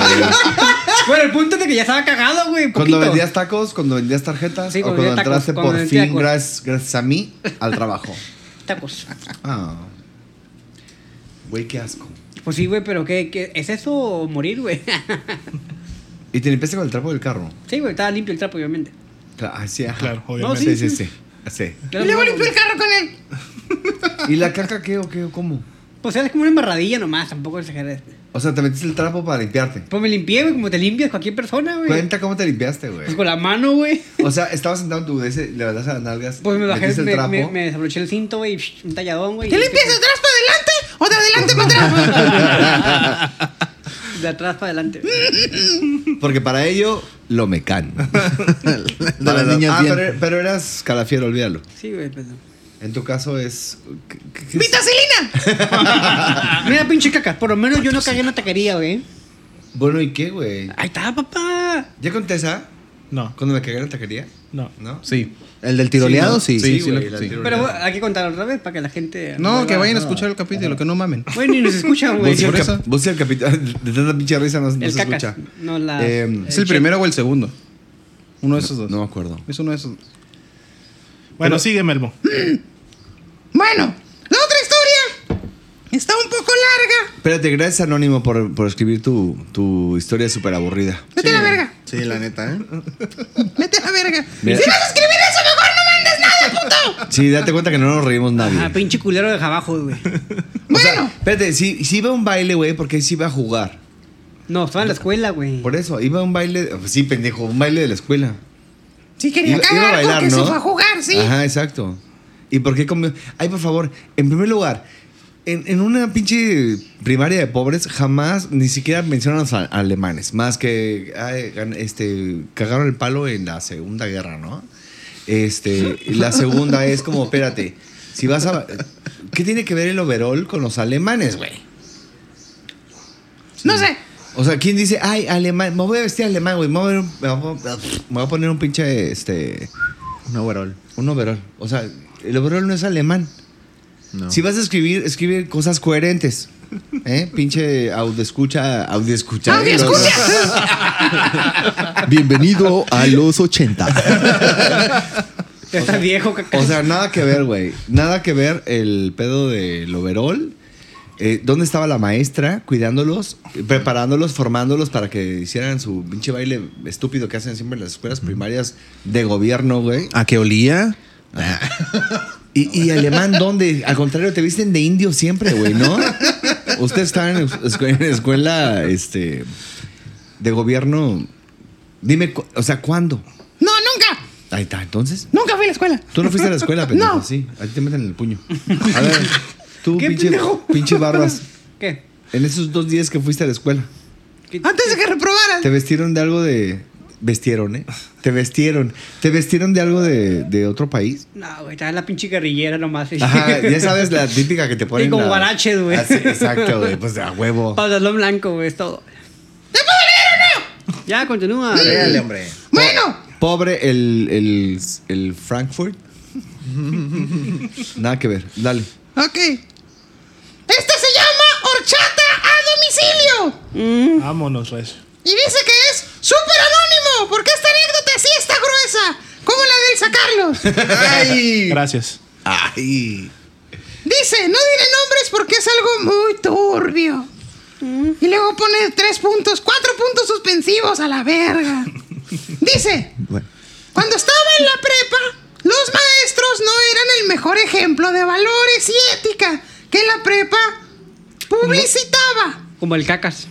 Speaker 1: bueno, el punto es de que ya estaba cagado, güey.
Speaker 12: Cuando
Speaker 1: poquito.
Speaker 12: vendías tacos, cuando vendías tarjetas,
Speaker 1: Sí,
Speaker 12: o
Speaker 1: cuando
Speaker 12: cuando
Speaker 1: vendía tacos,
Speaker 12: entraste
Speaker 1: cuando
Speaker 12: por
Speaker 1: vendía
Speaker 12: fin,
Speaker 1: tacos.
Speaker 12: gracias, gracias a mí, al trabajo.
Speaker 1: Tacos.
Speaker 12: Ah. Güey, qué asco.
Speaker 1: Pues sí, güey, pero ¿qué, qué? ¿Es eso o morir, güey?
Speaker 12: Y te limpiaste con el trapo del carro.
Speaker 1: sí, güey, estaba limpio el trapo, obviamente.
Speaker 12: Cla- ah, sí, ajá.
Speaker 4: Claro,
Speaker 1: No,
Speaker 4: obviamente.
Speaker 1: sí,
Speaker 12: sí,
Speaker 1: sí.
Speaker 12: sí, sí. Sí.
Speaker 13: Y luego limpió el carro con él.
Speaker 12: ¿Y la caca qué o qué o cómo?
Speaker 1: Pues es como una embarradilla nomás, tampoco exageres.
Speaker 12: O sea, te metiste el trapo para limpiarte.
Speaker 1: Pues me limpié, güey, como te limpias cualquier persona, güey.
Speaker 12: Cuenta cómo te limpiaste,
Speaker 1: Pues
Speaker 12: güey.
Speaker 1: con la mano, güey.
Speaker 12: O sea, estabas sentado en tu ese, le das a las nalgas.
Speaker 1: Pues me bajé,
Speaker 12: metiste el
Speaker 1: me,
Speaker 12: trapo.
Speaker 1: me, me desabroché el cinto, güey, y psh, un talladón, güey.
Speaker 13: ¿Te
Speaker 1: y-
Speaker 13: limpias de atrás para adelante o de adelante para atrás?
Speaker 1: De atrás para adelante.
Speaker 12: Porque para ello, lo mecan.
Speaker 3: De las niñas
Speaker 12: ah,
Speaker 3: bien.
Speaker 12: pero, pero eras calafiero, olvídalo.
Speaker 1: Sí, güey, pues. no.
Speaker 12: En tu caso es. ¿qué- qué- qué es?
Speaker 13: ¡Vitacilina! Ah.
Speaker 1: Mira, pinche caca, por lo menos yo no cagué en la taquería, güey.
Speaker 12: Bueno, ¿y qué, güey?
Speaker 1: Ahí está, papá.
Speaker 12: ¿Ya conté esa?
Speaker 4: No,
Speaker 12: Cuando me cagué en la taquería.
Speaker 4: no.
Speaker 12: ¿No?
Speaker 2: Sí.
Speaker 3: ¿El del tiroleado? Sí.
Speaker 2: Sí,
Speaker 12: güey,
Speaker 2: lo-
Speaker 12: la
Speaker 2: sí.
Speaker 12: tiro
Speaker 1: Pero
Speaker 12: ya.
Speaker 1: güey, hay que contar otra vez para que la gente.
Speaker 2: No, que vayan a
Speaker 1: no.
Speaker 2: escuchar el capítulo, que no mamen.
Speaker 1: Bueno, y nos escuchan, güey.
Speaker 12: Vos y el
Speaker 2: por eso.
Speaker 12: cap- vos y el capitán. De tanta pinche risa no, no
Speaker 1: El
Speaker 12: se
Speaker 1: cacas,
Speaker 12: escucha.
Speaker 1: no la-
Speaker 12: Eh,
Speaker 2: ¿Es el primero o el segundo? Uno de esos dos.
Speaker 12: no me acuerdo.
Speaker 2: Es uno de esos dos.
Speaker 4: Bueno, sigue, Melmo.
Speaker 13: Bueno, la otra historia está un poco larga.
Speaker 12: Espérate, gracias Anónimo por, por escribir tu, tu historia súper aburrida.
Speaker 13: Vete a la verga.
Speaker 3: Sí, la neta, ¿eh?
Speaker 13: Vete a la verga.
Speaker 12: Mira.
Speaker 13: Si vas a escribir eso, mejor no mandes nada, puto.
Speaker 12: Sí, date cuenta que no nos reímos nadie.
Speaker 1: Ah, pinche culero de abajo, güey.
Speaker 12: O sea,
Speaker 13: Bueno.
Speaker 12: espérate, sí, sí iba a un baile, güey, porque sí iba a jugar.
Speaker 1: No, estaba en la escuela, güey.
Speaker 12: Por eso, iba a un baile. pues Sí, pendejo, un baile de la escuela.
Speaker 13: Sí quería
Speaker 12: Iba- iba
Speaker 13: cagar
Speaker 12: a bailar,
Speaker 13: porque
Speaker 12: ¿no?
Speaker 13: se fue a jugar, sí.
Speaker 12: Ajá, exacto. ¿Y por qué comió? Ay, por favor, en primer lugar, en, en una pinche primaria de pobres jamás ni siquiera mencionan a los a- alemanes, más que ay, gan- este, cagaron el palo en la Segunda Guerra, ¿no? Este, y la segunda es como, espérate, si vas a... ¿Qué tiene que ver el overall con los alemanes, güey?
Speaker 13: No sé.
Speaker 12: O sea, ¿quién dice, ay, alemán, me voy a vestir alemán, güey, me voy a, ver un- me voy a- me voy a poner un pinche, este,
Speaker 3: Un overall.
Speaker 12: un overall. O sea, el overall no es alemán.
Speaker 3: No.
Speaker 12: Si vas a escribir, escribe cosas coherentes. ¿Eh? Pinche audioescucha, audioescucha.
Speaker 13: Audio escucha.
Speaker 3: Bienvenido a los 80.
Speaker 1: Ya está viejo, caca.
Speaker 12: O sea, nada que ver, güey. Nada que ver el pedo del overall. Eh, ¿Dónde estaba la maestra cuidándolos, preparándolos, formándolos para que hicieran su pinche baile estúpido que hacen siempre en las escuelas primarias de gobierno, güey? Ah.
Speaker 3: ¿A qué olía?
Speaker 12: Y, y alemán, ¿dónde? Al contrario, te visten de indio siempre, güey, ¿no? Usted está en escuela, en escuela este, de gobierno. Dime, cu- o sea, ¿cuándo?
Speaker 13: No,
Speaker 12: Ahí está, entonces.
Speaker 13: Nunca fui a la escuela.
Speaker 12: Tú no fuiste a la escuela, pendejo.
Speaker 13: No.
Speaker 12: Sí, ahí te meten el puño. A ver, tú,
Speaker 1: ¿Qué,
Speaker 12: pinche,
Speaker 1: pendejo?
Speaker 12: pinche barbas.
Speaker 1: ¿Qué?
Speaker 12: En esos dos días que fuiste a la escuela,
Speaker 13: Antes de que reprobaran.
Speaker 12: ¿te vestieron de algo de. Vestieron, ¿eh? Te vestieron. ¿Te vestieron de algo de, de otro país?
Speaker 1: No, güey, estaba la pinche guerrillera nomás.
Speaker 12: Ajá, ya sabes la típica que te ponen.
Speaker 1: Y con
Speaker 12: la-
Speaker 1: guaraches, güey.
Speaker 12: Ah, sí, Exacto, güey. Pues a huevo.
Speaker 1: Pantalón blanco, güey, es todo. Ya, continúa.
Speaker 3: Dale, hombre.
Speaker 13: Bueno,
Speaker 12: Pobre el, el, el Frankfurt. Nada que ver. Dale.
Speaker 13: ok. Esta Este se llama horchata a domicilio.
Speaker 4: Vámonos, recio.
Speaker 13: Y dice que es súper anónimo, porque esta anécdota sí está gruesa, como la del sacarlos.
Speaker 12: ¡Ay!
Speaker 4: Gracias.
Speaker 12: ¡Ay!
Speaker 13: Dice, no diré nombres porque es algo muy turbio. Y luego pone tres puntos, cuatro puntos suspensivos a la verga. Dice,
Speaker 3: Bueno.
Speaker 13: cuando estaba en la prepa, los maestros no eran el mejor ejemplo de valores y ética que la prepa publicitaba.
Speaker 1: Como el cacas.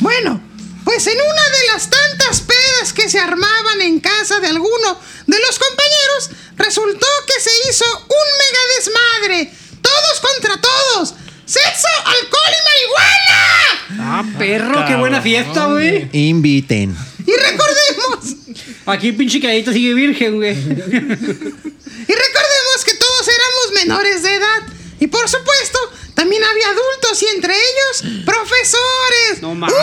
Speaker 13: Bueno, pues en una de las tantas pedas que se armaban en casa de alguno de los compañeros, resultó que se hizo un mega desmadre. Todos contra todos. Sexo, alcohol y marihuana.
Speaker 1: Ah, perro, qué
Speaker 4: cabrón.
Speaker 1: buena fiesta, güey.
Speaker 3: Inviten.
Speaker 13: Y recordemos,
Speaker 1: Aquí el pinche cadito sigue virgen, güey.
Speaker 13: y recordemos que todos éramos menores de edad. Y por supuesto, también había adultos y entre ellos profesores.
Speaker 1: No mames,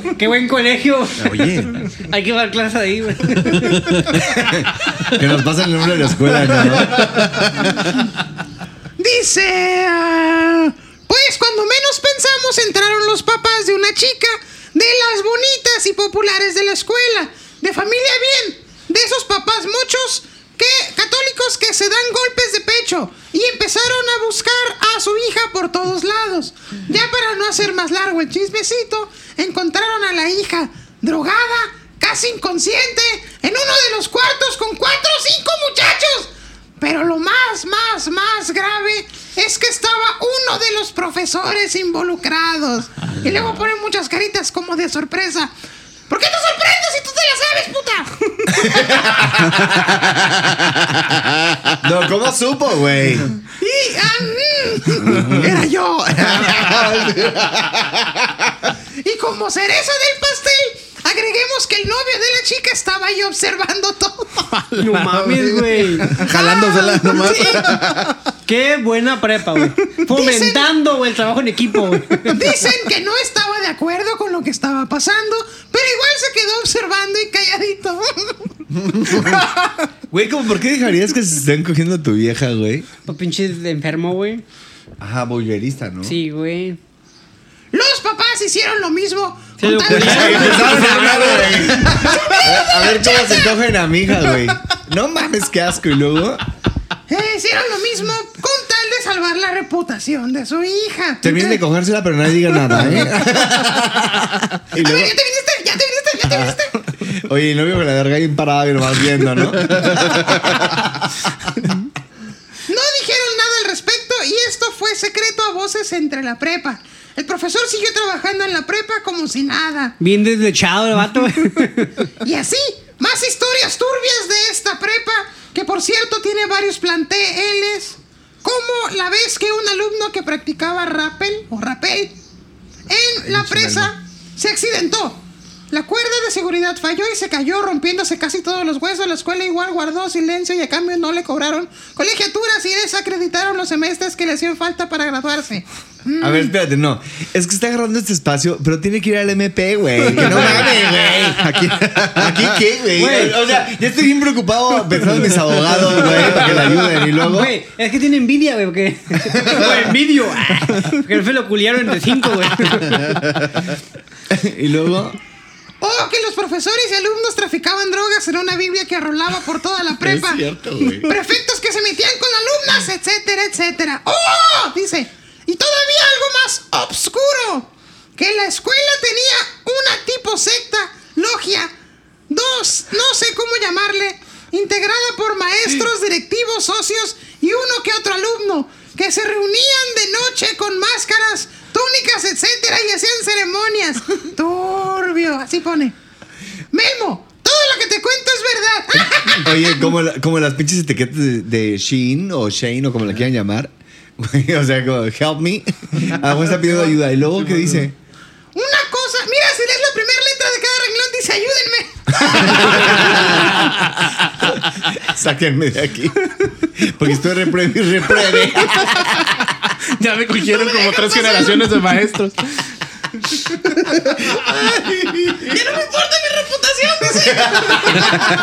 Speaker 1: güey. Qué buen colegio.
Speaker 3: Oye.
Speaker 1: Hay que dar clase ahí, güey.
Speaker 12: Que nos pasen el nombre de la escuela, ¿no?
Speaker 13: Dice. ah, Pues cuando menos pensamos, entraron los papás de una chica de las bonitas y populares de la escuela. De familia bien. De esos papás muchos que, católicos que se dan golpes de pecho. Y empezaron a buscar a su hija por todos lados. Ya para no hacer más largo el chismecito, encontraron a la hija drogada, casi inconsciente, en uno de los cuartos con cuatro o cinco muchachos. Pero lo más, más, más grave es que estaba uno de los profesores involucrados. Y luego ponen muchas caritas como de sorpresa. ¿Por qué te sorprendes si tú te la sabes, puta?
Speaker 12: No, ¿cómo supo, güey?
Speaker 13: Y, ah, mm, era yo. Y como cereza del pastel, agreguemos que el novio de la chica estaba ahí observando todo.
Speaker 1: No mames, güey.
Speaker 3: Jalándosela nomás.
Speaker 1: Qué buena prepa, güey. Fomentando, güey, el trabajo en equipo, güey.
Speaker 13: Dicen que no estaba de acuerdo con lo que estaba pasando, pero igual se quedó observando y calladito.
Speaker 12: Güey, ¿cómo por qué dejarías que se estén cogiendo a tu vieja, güey?
Speaker 1: Pa' pinche de enfermo, güey.
Speaker 12: Ajá, boyerista, ¿no?
Speaker 1: Sí, güey.
Speaker 13: Los papás hicieron lo mismo.
Speaker 1: Se le
Speaker 13: con tal de-
Speaker 1: ocurrió.
Speaker 12: Empezaron a hablar, güey. A a ver cómo se cogen a mi hija, güey. No mames, qué asco. Y luego
Speaker 13: Eh, hicieron lo mismo con tal de salvar la reputación de su hija.
Speaker 12: terminen de cogérsela, pero nadie diga nada, ¿eh? Y
Speaker 13: A ver,
Speaker 12: luego,
Speaker 13: ya te viniste, ya te viniste, ya te viniste.
Speaker 12: oye, el novio con la verga ahí parado y nomás viendo, ¿no?
Speaker 13: No dijeron nada al respecto y esto fue secreto a voces entre la prepa. El profesor siguió trabajando en la prepa como si nada.
Speaker 1: Bien deslechado el vato, güey.
Speaker 13: Y así, más historias turbias de esta prepa, que por cierto tiene varios planteles, como la vez que un alumno que practicaba rappel o rapel en la presa se accidentó. La cuerda de seguridad falló y se cayó rompiéndose casi todos los huesos. La escuela igual guardó silencio y a cambio no le cobraron colegiaturas y desacreditaron los semestres que le hacían falta para graduarse.
Speaker 12: A ver, espérate, no. Es que está agarrando este espacio, pero tiene que ir al MP, güey. Que no mames, güey. Aquí, aquí qué, güey.
Speaker 1: Güey.
Speaker 12: O sea, ya estoy bien preocupado pensando en mis abogados, güey, para que la ayuden. Y luego.
Speaker 1: Güey, es que tiene envidia, güey, porque. Güey, envidio. Porque no se lo culiaron entre cinco, güey.
Speaker 12: Y luego.
Speaker 13: O que los profesores y alumnos traficaban drogas en una Biblia que rolaba por toda la prepa.
Speaker 12: güey.
Speaker 13: Prefectos que se metían con alumnas, etcétera, etcétera. ¡Oh! Dice. Y todavía algo más obscuro. Que la escuela tenía una tipo secta, logia, dos, no sé cómo llamarle, integrada por maestros, directivos, socios y uno que otro alumno, que se reunían de noche con máscaras, túnicas, etcétera, y hacían ceremonias. Turbio, así pone. Melmo, todo lo que te cuento es verdad.
Speaker 12: Oye, como, la- como las pinches etiquetas de, de Shein o Shane o como la quieran llamar. Güey, o sea, como, help me. Abajo está pidiendo ayuda. ¿Y luego qué dice?
Speaker 13: Una cosa, mira, si lees la primera letra de cada renglón, dice ayúdenme.
Speaker 12: Sáquenme de aquí. Porque estoy repruebe y repruebe.
Speaker 4: Ya me cogieron como tres generaciones de maestros.
Speaker 13: Ya no me importa mi reputación, dice.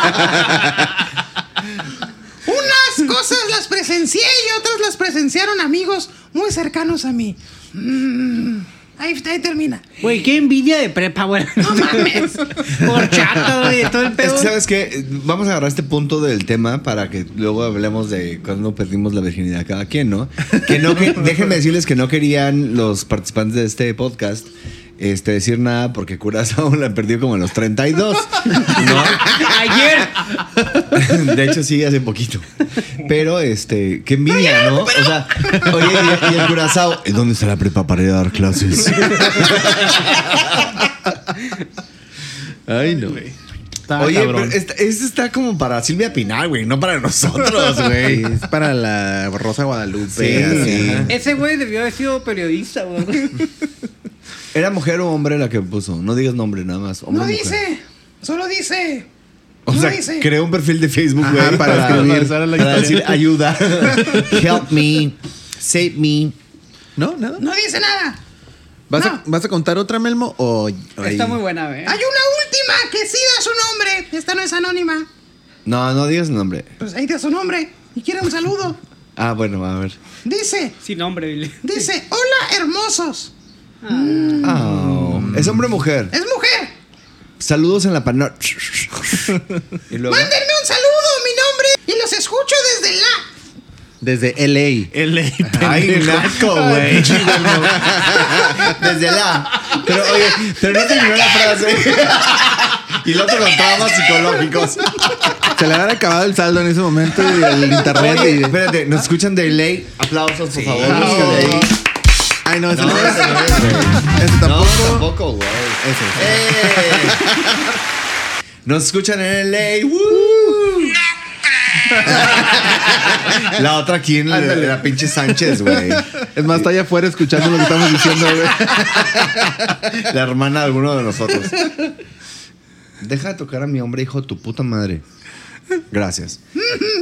Speaker 13: Unas cosas las presencié y otras las presenciaron amigos muy cercanos a mí. Mm, ahí, ahí termina.
Speaker 1: Güey, qué envidia de prepa, güey.
Speaker 13: No mames.
Speaker 1: Por chato, güey, todo el
Speaker 12: Es
Speaker 1: pedo.
Speaker 12: que, ¿sabes qué? Vamos a agarrar este punto del tema para que luego hablemos de cuando perdimos la virginidad cada quien, ¿no? Que no que, déjenme decirles que no querían los participantes de este podcast este, decir nada porque Curazao la perdió como a los 32.
Speaker 1: Ayer.
Speaker 12: De hecho, sí, hace poquito. Pero, este, qué envidia, ¿no? O sea, oye, y, y el Curazao, ¿eh, ¿dónde está la prepa para ir a dar clases?
Speaker 2: Ay, no.
Speaker 4: Está
Speaker 12: oye, pero
Speaker 4: cabrón.
Speaker 12: esta- este está como para Silvia Pinal, güey, no para nosotros, güey.
Speaker 3: Es para la Rosa
Speaker 12: Sí,
Speaker 3: Guadalupe.
Speaker 12: sí.
Speaker 3: así.
Speaker 1: Ese güey debió haber sido periodista, güey.
Speaker 12: ¿Era mujer o hombre la que puso? No digas nombre nada más. hombre
Speaker 13: No
Speaker 12: o mujer.
Speaker 13: dice, solo dice.
Speaker 12: O
Speaker 13: no
Speaker 12: sea,
Speaker 13: dice.
Speaker 12: creó un perfil de Facebook,
Speaker 3: Ajá,
Speaker 12: güey,
Speaker 3: para
Speaker 12: para,
Speaker 3: escribir.
Speaker 12: para decir ayuda. Help me. Save me.
Speaker 3: No, nada.
Speaker 13: No dice nada.
Speaker 3: ¿Vas,
Speaker 13: No.
Speaker 3: A, ¿Vas a contar otra, Melmo? O, o ahí?
Speaker 1: Está muy buena, güey.
Speaker 13: Hay una última que sí da su nombre. Esta no es anónima.
Speaker 12: No, no digas nombre.
Speaker 13: Pues ahí da su nombre. Y quiere un saludo.
Speaker 12: Ah, bueno, a ver.
Speaker 13: Dice,
Speaker 1: Sin nombre, dile.
Speaker 13: dice, hola hermosos.
Speaker 12: Oh, Es hombre o mujer.
Speaker 13: Es mujer.
Speaker 12: Saludos en la panor. y luego.
Speaker 13: Mándenme un saludo, mi nombre. Y los escucho desde la.
Speaker 3: Desde LA.
Speaker 4: L.A.
Speaker 12: Ay,
Speaker 4: pendejo.
Speaker 12: naco, güey. Desde la. Pero oye, pero no terminó la frase. y el otro con traumas psicológicos.
Speaker 3: Se le habrá acabado el saldo en ese momento y el internet.
Speaker 12: Oye,
Speaker 3: y-
Speaker 12: espérate, nos escuchan de ley. Aplausos, por favor.
Speaker 3: Bravo.
Speaker 12: búscale ahí.
Speaker 3: Ay, no, ese
Speaker 12: No,
Speaker 3: no, es.
Speaker 12: ese no es, güey.
Speaker 3: Ese
Speaker 12: No,
Speaker 3: tampoco.
Speaker 12: tampoco, güey.
Speaker 3: Ese, ese.
Speaker 12: ¡Eh! Nos escuchan en LA. ¡Woo! La otra aquí en la,
Speaker 3: Ándale.
Speaker 12: la pinche Sánchez, güey.
Speaker 3: Es más, está allá afuera escuchando lo que estamos diciendo, güey.
Speaker 12: La hermana de alguno de nosotros. Deja de tocar a mi hombre, hijo de tu puta madre. Gracias.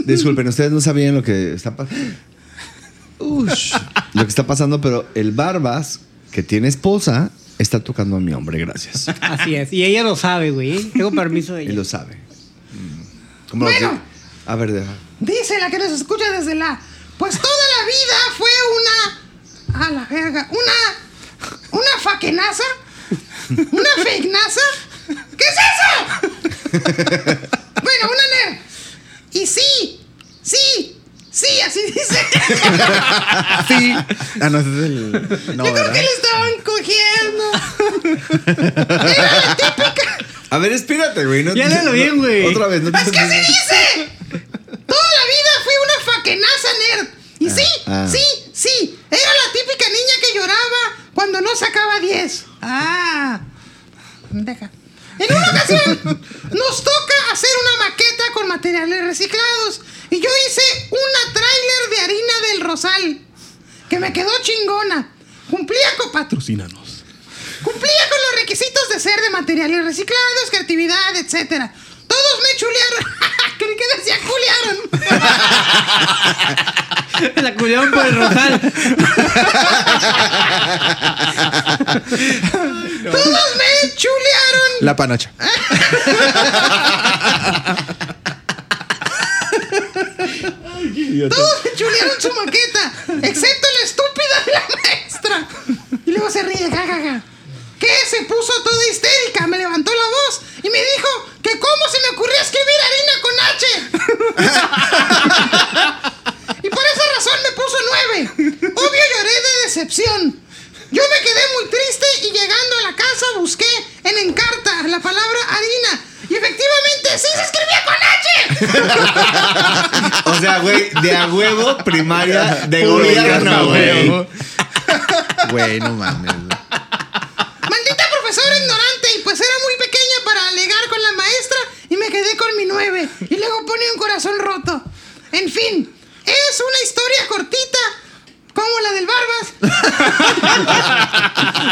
Speaker 12: Disculpen, ustedes no sabían lo que está pasando. Lo que está pasando, pero el Barbas, que tiene esposa, está tocando a mi hombre, gracias.
Speaker 1: Así es. Y ella lo sabe, güey. Tengo permiso de
Speaker 12: Él
Speaker 1: ella.
Speaker 12: lo sabe. Mm. ¿Cómo lo
Speaker 13: Bueno.
Speaker 12: que- A ver, deja.
Speaker 13: Dice la que nos escucha desde la. Pues toda la vida fue una. A la verga. Una. Una faquenaza. Una fake NASA. ¿Qué es eso? bueno, una nerd. Y sí. Sí. Sí, así dice.
Speaker 3: Sí. Ah, no, ese es el. No,
Speaker 13: Yo creo
Speaker 3: ¿verdad?
Speaker 13: que le estaban cogiendo. Era la típica.
Speaker 12: A ver, espérate, güey. no-
Speaker 1: Ya léelo bien,
Speaker 12: no-
Speaker 1: güey.
Speaker 12: Otra vez, no te-
Speaker 13: ¡Es que así dice! Toda la vida fui una faquenaza nerd. Y sí,
Speaker 12: ah.
Speaker 13: sí, sí. Era la típica niña que lloraba cuando no sacaba 10. Ah. Deja. En una ocasión nos toca hacer una maqueta con materiales reciclados. Y yo hice una tráiler de harina del rosal. Que me quedó chingona. Cumplía con patrón
Speaker 4: Patrocínanos.
Speaker 13: Cumplía con los requisitos de ser de materiales reciclados, creatividad, etcétera. Todos me chulearon. Creí que decía culiaron.
Speaker 1: La culiaron por el rosal.
Speaker 13: Todos me chulearon.
Speaker 3: La panacha.
Speaker 13: Todos me chulearon su maqueta. Excepto la estúpida de la maestra. Y luego se ríe, jajaja. Que se puso toda histérica, me levantó la voz y me dijo que cómo se me ocurría escribir harina con H. Y por esa razón me puso nueve. Obvio lloré de decepción. Yo me quedé muy triste y llegando a la casa busqué en Encarta la palabra harina. Y efectivamente sí se escribía con H.
Speaker 12: O sea, güey, de a huevo, primaria, de
Speaker 4: Puro
Speaker 12: gobierno,
Speaker 4: gobierno,
Speaker 12: güey.
Speaker 4: güey.
Speaker 3: Güey, no mames. güey.
Speaker 13: Maldita profesora ignorante y pues era muy pequeña para alegar con la maestra mi 9 y luego pone un corazón roto. En fin, es una historia cortita como la del Barbas.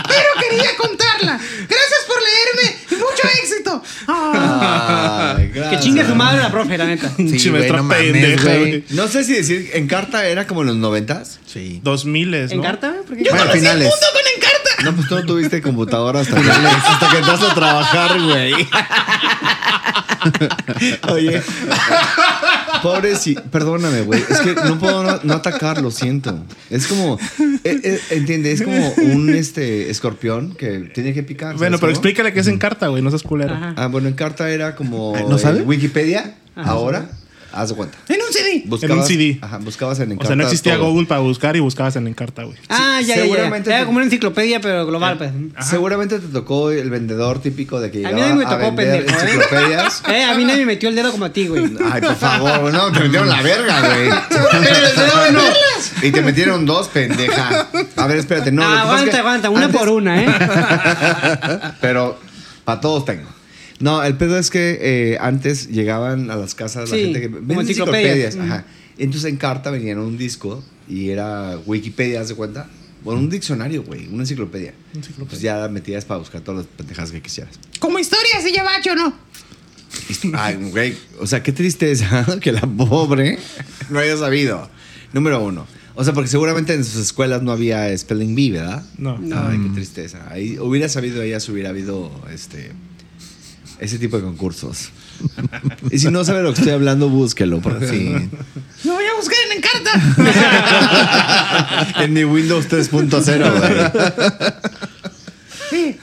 Speaker 13: Pero quería contarla. Gracias por leerme y mucho éxito. Ah.
Speaker 2: Ay,
Speaker 1: Que
Speaker 2: gracias.
Speaker 1: chingue su madre la profe, la neta.
Speaker 3: Sí,
Speaker 4: Pinche
Speaker 3: güey,
Speaker 4: maestra
Speaker 3: no mames,
Speaker 4: pendeja,
Speaker 3: güey.
Speaker 4: güey.
Speaker 2: No sé si decir, en carta era como en los noventas.
Speaker 3: Sí.
Speaker 4: 2000 es, ¿no?
Speaker 1: ¿En carta? ¿Por qué?
Speaker 13: Yo
Speaker 3: Bueno,
Speaker 13: conocí
Speaker 3: finales.
Speaker 13: el mundo con Encarta.
Speaker 2: No, pues tú no tuviste computadora hasta que, hasta que entraste a trabajar, güey. Oye. Pobre, sí. Perdóname, güey. Es que no puedo no, no atacar, lo siento. Es como. eh, eh, Entiende, es como un este escorpión que tiene que picar. ¿sabes
Speaker 4: Bueno, pero
Speaker 2: cómo?
Speaker 4: explícale qué es en carta, güey, no seas culero.
Speaker 1: Ajá.
Speaker 2: Ah, bueno, en carta era como.
Speaker 3: Ah, ¿no
Speaker 2: eh,
Speaker 3: sabe?
Speaker 2: Wikipedia. Ahora, haz de cuenta.
Speaker 13: En un CD.
Speaker 2: Buscabas-
Speaker 4: un CD.
Speaker 2: Ajá, buscabas en
Speaker 4: O
Speaker 2: Encarta
Speaker 4: sea, no existía
Speaker 2: todo.
Speaker 4: Google para buscar y buscabas en Encarta, güey.
Speaker 1: Ah, ya, ya, ya.
Speaker 2: seguramente
Speaker 1: Era
Speaker 2: te-
Speaker 1: como una enciclopedia, pero global, pues.
Speaker 2: Seguramente te tocó el vendedor típico de que
Speaker 1: A
Speaker 2: llegaba
Speaker 1: mí nadie me
Speaker 2: a
Speaker 1: tocó,
Speaker 2: vender
Speaker 1: pendejo, ¿eh?
Speaker 2: enciclopedias.
Speaker 1: Eh, a mí nadie me metió el dedo como a ti, güey.
Speaker 2: Ay, por favor, no, te metieron la verga, güey.
Speaker 1: Pero el dedo no.
Speaker 2: Y te metieron dos, pendeja. A ver, espérate, no. lo que pasa es
Speaker 1: Ah, aguanta,
Speaker 2: que
Speaker 1: aguanta, una
Speaker 2: antes-
Speaker 1: por una, ¿eh?
Speaker 2: Pero para todos tengo. No, el pedo es que eh, antes llegaban a las casas la
Speaker 1: Sí,
Speaker 2: gente que
Speaker 1: como
Speaker 2: venden
Speaker 1: enciclopedias.
Speaker 2: enciclopedias. Mm. Ajá. Entonces en carta venían un disco y era Wikipedia, ¿haz de cuenta? Bueno, un diccionario, güey, una enciclopedia. Pues ya la metías para buscar todas las pendejas que quisieras.
Speaker 13: Como historia se lleva o no.
Speaker 2: Ay, güey. O sea, qué tristeza que la pobre no haya sabido. Número uno. O sea, porque seguramente en sus escuelas no había Spelling Bee, ¿verdad?
Speaker 4: No.
Speaker 2: Ay, qué tristeza. Ahí hubiera sabido ella si hubiera habido este ese tipo de concursos. y si no sabe lo que estoy hablando, búsquelo, porque sí.
Speaker 13: Lo voy a buscar en Encarta.
Speaker 2: en mi Windows 3.0, güey.
Speaker 13: Sí.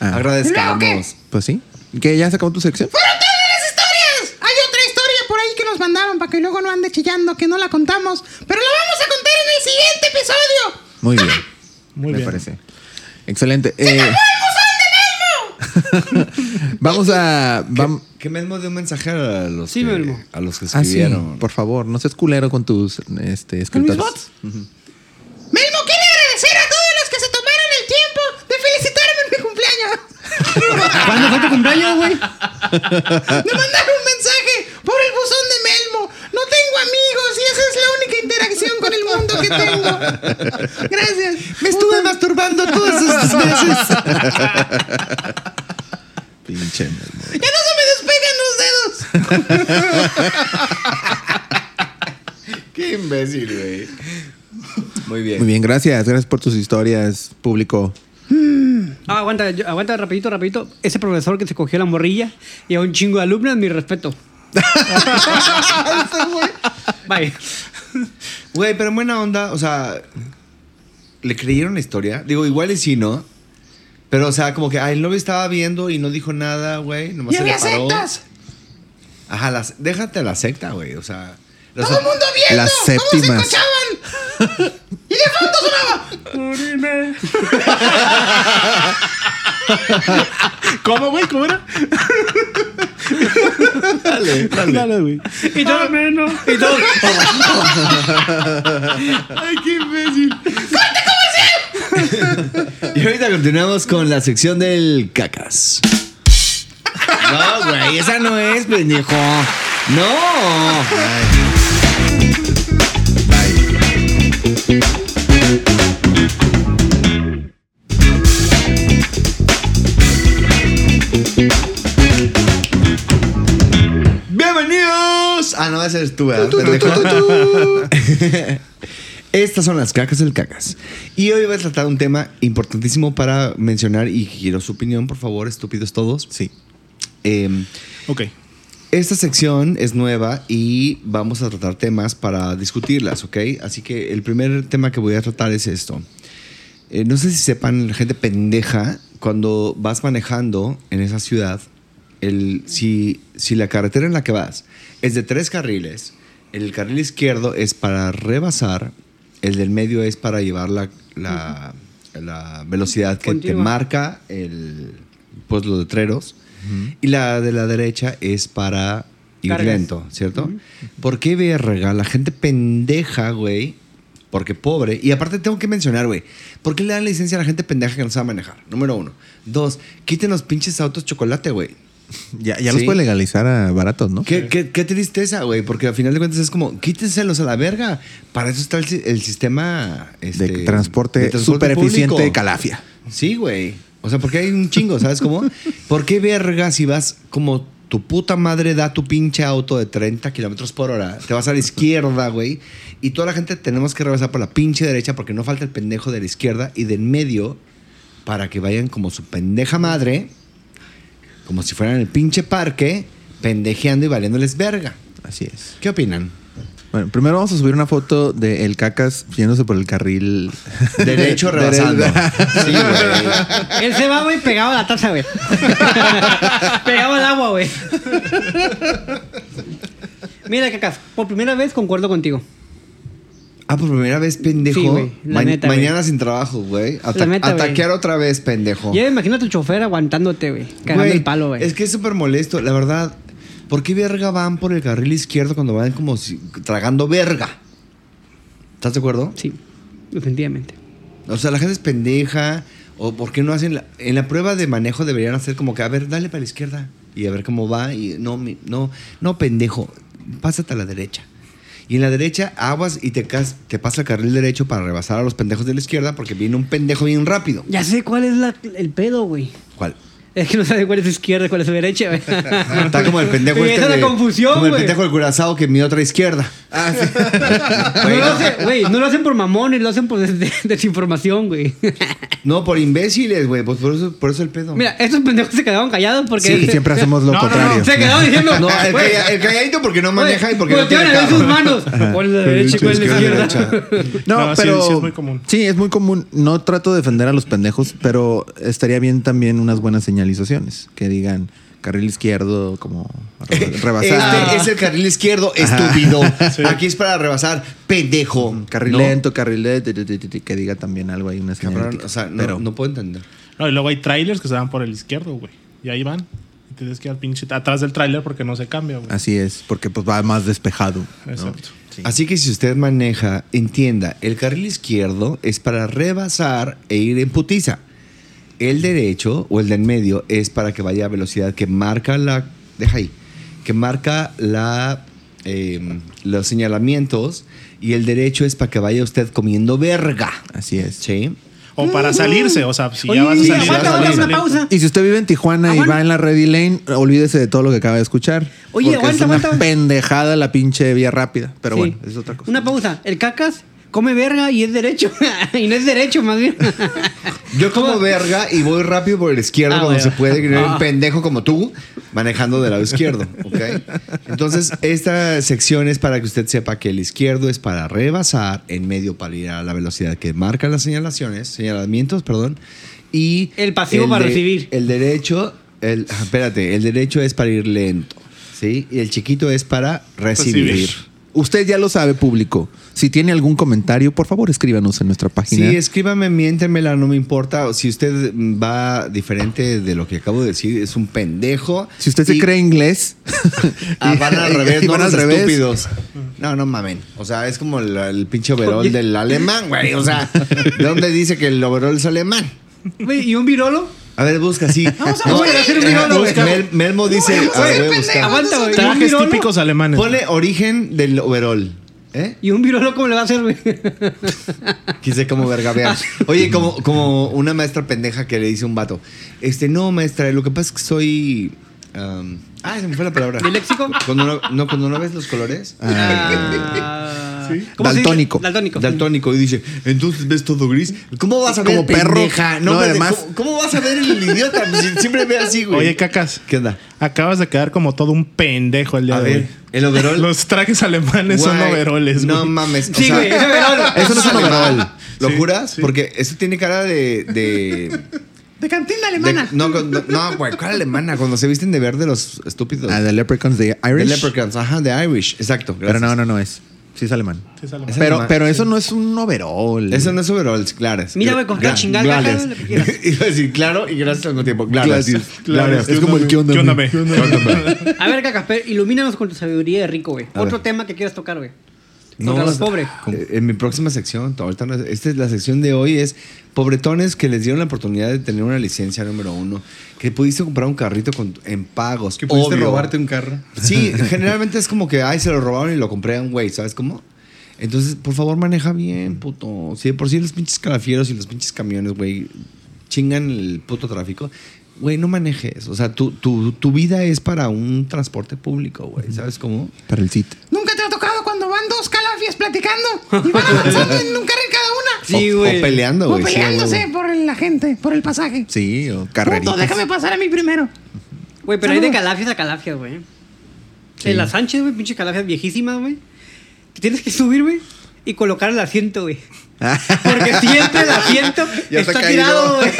Speaker 3: Ah,
Speaker 13: ¿Luego
Speaker 2: Agradezcamos.
Speaker 3: pues sí. ¿Qué? ¿Ya se acabó tu sección?
Speaker 13: ¡Fueron todas las historias! Hay otra historia por ahí que nos mandaron para que luego no ande chillando que no la contamos. Pero la vamos a contar en el siguiente episodio.
Speaker 3: Muy bien.
Speaker 4: Muy
Speaker 3: me
Speaker 4: bien.
Speaker 3: parece. Excelente. Eh, vamos a. vam-
Speaker 2: Que Melmo de un mensaje a los,
Speaker 1: Sí,
Speaker 2: que,
Speaker 1: Melmo.
Speaker 2: a los que
Speaker 3: Ah, sí,
Speaker 2: escribieron.
Speaker 3: por favor, no seas culero con tus este,
Speaker 13: ¿Con mis
Speaker 3: escritores.
Speaker 13: bots? Melmo quiere agradecer a todos los que se tomaron el tiempo de felicitarme en mi cumpleaños.
Speaker 1: ¿Cuándo fue tu cumpleaños, güey?
Speaker 13: Me mandaron un mensaje por el buzón de Melmo. No tengo amigos y esa es la única interacción con el mundo que tengo. Gracias. Me estuve masturbando todos estos meses.
Speaker 3: Pinche. Melmo.
Speaker 13: Ya no se me despegan los dedos.
Speaker 2: Qué imbécil, güey. Muy bien.
Speaker 3: Muy bien, gracias. Gracias por tus historias, público.
Speaker 1: Ah, aguanta, yo- aguanta, rapidito, rapidito. Ese profesor que se cogió la morrilla y a un chingo de alumnas, mi respeto. Bye.
Speaker 2: Güey, pero en buena onda, o sea, ¿le creyeron la historia? Digo, igual y sí, ¿no? Pero, o sea, como que, ay, el novio estaba viendo y no dijo nada, güey. Nomás
Speaker 13: Y
Speaker 2: se
Speaker 13: había
Speaker 2: le paró.
Speaker 13: sectas.
Speaker 2: Ajá, las, déjate la secta, güey. O sea, los-
Speaker 13: Todo el mundo viendo
Speaker 3: las séptimas.
Speaker 13: cómo se cochaban. Y de fondo sonaba.
Speaker 4: ¿Cómo, güey? ¿Cómo era?
Speaker 2: dale, dale.
Speaker 4: Dale, güey.
Speaker 1: Y todo menos. Y todo.
Speaker 4: Ay, qué imbécil.
Speaker 2: Y ahorita continuamos con la sección del cacas. No, güey, esa no es, pendejo. No. Bienvenidos. Ah, no, ese es tú, ¿verdad, pendejo? Estas son las cacas del cacas. Y hoy voy a tratar un tema importantísimo para mencionar y quiero su opinión, por favor, estúpidos todos. Em, Sí.
Speaker 4: Ok.
Speaker 2: esta sección es nueva y vamos a tratar temas para discutirlas, ¿ok? Así que el primer tema que voy a tratar es esto. Eh, no sé si sepan, la gente pendeja, cuando vas manejando en esa ciudad, el, si, si la carretera en la que vas es de tres carriles, el carril izquierdo es para rebasar, el del medio es para llevar la, la- la velocidad que te
Speaker 1: Continúa.
Speaker 2: marca el, pues, los letreros, y la de la derecha es para ir
Speaker 1: Cargas.
Speaker 2: lento, ¿cierto? ¿Por qué verga? La gente pendeja, güey. Porque pobre. Y aparte tengo que mencionar, güey. ¿Por qué le dan licencia a la gente pendeja que no sabe manejar? Número uno. Dos, quiten los pinches autos chocolate, güey.
Speaker 3: Ya, ya los
Speaker 12: Sí.
Speaker 3: puede legalizar a baratos, ¿no?
Speaker 12: Qué, qué- qué tristeza, güey, porque al final de cuentas es como, quítenselos a la verga. Para eso está el, si- el sistema este,
Speaker 3: de transporte,
Speaker 12: de
Speaker 3: super eficiente
Speaker 12: público.
Speaker 3: de Calafia.
Speaker 12: Sí, güey. O sea, porque hay un chingo, ¿sabes cómo? ¿Por qué verga si vas como tu puta madre da tu pinche auto de 30 kilómetros por hora? Te vas a la izquierda, güey. Y toda la gente tenemos que regresar por la pinche derecha porque no falta el pendejo de la izquierda y del medio para que vayan como su pendeja madre, como si fueran el pinche parque, pendejeando y valiéndoles verga.
Speaker 3: Así es.
Speaker 12: ¿Qué opinan?
Speaker 3: Bueno, primero vamos a subir una foto de el cacas yéndose por el carril.
Speaker 12: Derecho rebasando. Sí, güey.
Speaker 1: Él se va, güey, pegado a la taza, güey. pegado al agua, güey. Mira, Cacas, por primera vez concuerdo contigo.
Speaker 12: Ah, por primera vez, pendejo.
Speaker 1: Sí, güey, la
Speaker 12: Ma-
Speaker 1: neta, güey.
Speaker 12: mañana sin trabajo, güey. Ata-
Speaker 1: La neta, güey.
Speaker 12: ataquear otra vez, pendejo.
Speaker 1: Ya imagínate el chofer aguantándote, güey. Cagando
Speaker 12: Güey,
Speaker 1: el palo, güey.
Speaker 12: Es que es súper molesto, la verdad. ¿Por qué verga van por el carril izquierdo cuando van como si- tragando verga? ¿Estás de acuerdo?
Speaker 1: Sí, definitivamente.
Speaker 12: O sea, la gente es pendeja. ¿O por qué no hacen la, en la prueba de manejo deberían hacer como que, a ver, dale para la izquierda y a ver cómo va? Y no, mi- no, no, pendejo, pásate a la derecha. Y en la derecha aguas y te, cas- te pasa el carril derecho para rebasar a los pendejos de la izquierda porque viene un pendejo bien rápido.
Speaker 1: Ya sé cuál es la- el pedo, güey.
Speaker 12: ¿Cuál?
Speaker 1: Es que no sabe cuál es izquierda, cuál es derecha, güey.
Speaker 12: Está como el pendejo
Speaker 1: Y
Speaker 12: este
Speaker 1: esa es
Speaker 12: de-
Speaker 1: la confusión,
Speaker 12: Como el
Speaker 1: güey.
Speaker 12: pendejo del curazao que mide otra izquierda.
Speaker 1: No lo hace- Güey, no lo hacen por mamones, lo hacen por des- des- desinformación, güey.
Speaker 12: No, por imbéciles, güey. Pues por eso, por eso el pedo.
Speaker 1: Mira, estos pendejos se quedaron callados porque...
Speaker 3: Sí, siempre hacemos lo
Speaker 4: No, no, no.
Speaker 3: contrario.
Speaker 1: Se quedaron diciendo...
Speaker 12: No, el,
Speaker 1: güey,
Speaker 12: calla- el calladito porque no maneja y porque no
Speaker 1: voltearon
Speaker 12: tiene
Speaker 1: a ver
Speaker 12: carro.
Speaker 1: sus manos. ¿Cuál es la derecha y cuál es la izquierda?
Speaker 3: No,
Speaker 4: No, sí,
Speaker 3: pero
Speaker 4: sí es muy común.
Speaker 3: Sí, es muy común. No trato de defender a los pendejos, pero estaría bien también unas buenas señalizaciones que digan carril izquierdo como re- rebasar.
Speaker 12: Este es el carril izquierdo, estúpido. Aquí es para rebasar, pendejo.
Speaker 3: Carril
Speaker 12: Este, No,
Speaker 3: lento, carril de- de- de- de- de- que diga también algo ahí, una
Speaker 12: Cabrón,
Speaker 3: señalética.
Speaker 12: o sea, no,
Speaker 3: pero
Speaker 12: no puedo entender.
Speaker 4: No, y luego hay trailers que se van por el izquierdo, güey. Y ahí van. Y tienes que ir al pinche atrás del trailer porque no se cambia, güey.
Speaker 3: así es, porque pues va más despejado. ¿no?
Speaker 4: Exacto.
Speaker 12: Así que si usted maneja, entienda, el carril izquierdo es para rebasar e ir en putiza. El derecho o el del medio es para que vaya a velocidad que marca la. Deja ahí. Que marca la. eh, los señalamientos. Y el derecho es para que vaya usted comiendo verga.
Speaker 3: Así es.
Speaker 12: ¿Sí?
Speaker 4: O para salirse, o sea, si
Speaker 1: Oye,
Speaker 4: ya vas a
Speaker 1: sí,
Speaker 4: salir.
Speaker 1: aguanta,
Speaker 4: vas a
Speaker 1: aguanta,
Speaker 4: salir.
Speaker 1: una pausa.
Speaker 3: Y si usted vive en Tijuana y
Speaker 1: Aguanta.
Speaker 3: va en la Ready Lane, olvídese de todo lo que acaba de escuchar.
Speaker 1: Oye,
Speaker 3: porque es
Speaker 1: aguanta,
Speaker 3: una
Speaker 1: aguanta.
Speaker 3: pendejada la pinche vía rápida. Pero
Speaker 1: Sí.
Speaker 3: bueno, es otra cosa.
Speaker 1: Una pausa. El cacas come verga y es derecho. y no es derecho, más bien.
Speaker 12: Yo como verga y voy rápido por el izquierdo
Speaker 1: Ah,
Speaker 12: cuando
Speaker 1: bueno.
Speaker 12: se puede creer un
Speaker 1: Ah.
Speaker 12: pendejo como tú manejando del lado izquierdo, ¿ok? Entonces, esta sección es para que usted sepa que el izquierdo es para rebasar, en medio para ir a la velocidad que marcan las señalaciones, señalamientos, perdón, y...
Speaker 1: El pasivo para recibir.
Speaker 12: El derecho, el, ah, espérate, el derecho es para ir lento, ¿sí? Y el chiquito es para recibir.
Speaker 4: Recibir.
Speaker 3: Usted ya lo sabe, público. Si tiene algún comentario, por favor, escríbanos en nuestra página.
Speaker 12: Sí, escríbame, miéntemela, no me importa. O Si usted va diferente de lo que acabo de decir, es un pendejo.
Speaker 3: Si usted se
Speaker 12: Y-
Speaker 3: cree inglés,
Speaker 12: Ah, van al revés,
Speaker 3: Y
Speaker 12: no
Speaker 3: van al
Speaker 12: los
Speaker 3: revés.
Speaker 12: estúpidos. No, no mamen. O sea, es como el, el pinche overol del alemán, güey. O sea, ¿de dónde dice que el overol es alemán?
Speaker 1: Güey, ¿Y un virolo?
Speaker 12: A ver, busca, sí.
Speaker 1: Vamos a
Speaker 12: No,
Speaker 1: buscar, hacer un
Speaker 12: eh,
Speaker 1: video,
Speaker 12: busca.
Speaker 1: güey.
Speaker 12: Mel- Melmo dice, "Ah, a ver, voy a buscar.
Speaker 1: Aguanta, güey. ¿Y un
Speaker 4: Trajes
Speaker 1: virolo?
Speaker 4: típicos alemanes.
Speaker 12: Ponle origen del overol. ¿Eh?
Speaker 1: ¿Y un virolo cómo le va a hacer, güey?
Speaker 12: Quise como vergabear. Oye, como, como una maestra pendeja que le dice a un vato. Este, no, maestra, lo que pasa es que soy. am, ah, se me fue la palabra.
Speaker 1: ¿Disléxico?
Speaker 12: Cuando no, no, cuando no ves los colores.
Speaker 1: Ah. ¿Cómo se dice?
Speaker 3: Daltónico.
Speaker 1: Daltónico.
Speaker 12: Daltónico. Y dice, entonces ves todo gris. ¿Cómo vas a ver
Speaker 3: Como perro.
Speaker 12: pendeja? No,
Speaker 3: No,
Speaker 12: pero
Speaker 3: además-
Speaker 12: ¿cómo, cómo vas a ver el idiota? Pues, Si- Siempre ve así, güey.
Speaker 4: Oye, cacas.
Speaker 12: ¿Qué onda?
Speaker 4: Acabas de quedar como todo un pendejo el día
Speaker 12: A
Speaker 4: de
Speaker 12: ver,
Speaker 4: hoy.
Speaker 12: el overol.
Speaker 4: Los trajes alemanes son
Speaker 12: Guay,
Speaker 4: overoles,
Speaker 12: No
Speaker 4: güey.
Speaker 12: mames. o
Speaker 1: Sí,
Speaker 12: sea,
Speaker 1: güey, ese overol.
Speaker 12: Eso no es un overol. ¿Lo
Speaker 4: Sí,
Speaker 12: juras?
Speaker 4: sí.
Speaker 12: Porque eso tiene cara de- de
Speaker 13: De cantina
Speaker 12: De-
Speaker 13: alemana.
Speaker 12: no, con- no, no, güey, ¿cuál alemana? Cuando se visten de verde los estúpidos.
Speaker 3: a Ah, The Leprechauns de
Speaker 12: The
Speaker 3: Irish.
Speaker 12: Leprechauns, ajá, de Irish, exacto.
Speaker 3: pero
Speaker 12: gracias.
Speaker 3: no, no, no es. Sí es alemán.
Speaker 4: Sí, es alemán.
Speaker 12: Es
Speaker 3: Pero,
Speaker 12: alemán,
Speaker 3: pero eso no es un overall.
Speaker 12: Eso no es overalls, claras. pues,
Speaker 1: Mira, güey, con cada
Speaker 12: Gra-
Speaker 1: chingada
Speaker 12: claras.
Speaker 1: caja, lo que quieras.
Speaker 12: Iba a decir claro y gracias al mismo tiempo. Claras.
Speaker 3: Gracias.
Speaker 12: Claras.
Speaker 3: Es como el que onda,
Speaker 4: ¿Qué onda,
Speaker 3: me?
Speaker 4: me?
Speaker 1: A ver, Cacas, pero ilumínanos con tu sabiduría de rico, güey.
Speaker 12: A
Speaker 1: Otro
Speaker 12: ver.
Speaker 1: tema que quieras tocar, güey. Contra los
Speaker 12: o sea,
Speaker 1: pobres.
Speaker 12: eh, En mi próxima sección, ahorita no- esta es la sección de hoy, es pobretones que les dieron la oportunidad de tener una licencia número uno, que pudiste comprar un carrito con- en pagos.
Speaker 2: Que pudiste
Speaker 12: obvio.
Speaker 2: robarte un carro.
Speaker 12: Sí, generalmente es como que, ay, se lo robaron y lo compré a un güey, ¿sabes cómo? Entonces, por favor, maneja bien, puto. Si de por sí los pinches calafieros y los pinches camiones, güey, chingan el puto tráfico. Güey, no manejes. O sea, tu, tu, tu vida es para un transporte público, güey. ¿Sabes cómo?
Speaker 3: Para el sitio.
Speaker 13: Nunca te ha tocado cuando van dos calafias platicando y van avanzando en un carril cada una.
Speaker 1: Sí,
Speaker 12: O-
Speaker 1: güey.
Speaker 12: O peleando,
Speaker 13: o
Speaker 12: güey. sí,
Speaker 13: peleándose
Speaker 12: güey.
Speaker 13: por la gente, por el pasaje.
Speaker 3: Sí, o
Speaker 13: Puto,
Speaker 3: carreritas.
Speaker 13: déjame pasar a mí primero.
Speaker 1: Güey, pero hay de calafias a calafias, güey. En la Sánchez, güey, pinche calafias viejísimas, güey. Que tienes que subir, güey, y colocar el asiento, güey. Porque siempre el asiento
Speaker 2: Ya está
Speaker 1: está
Speaker 2: caído.
Speaker 1: tirado, güey.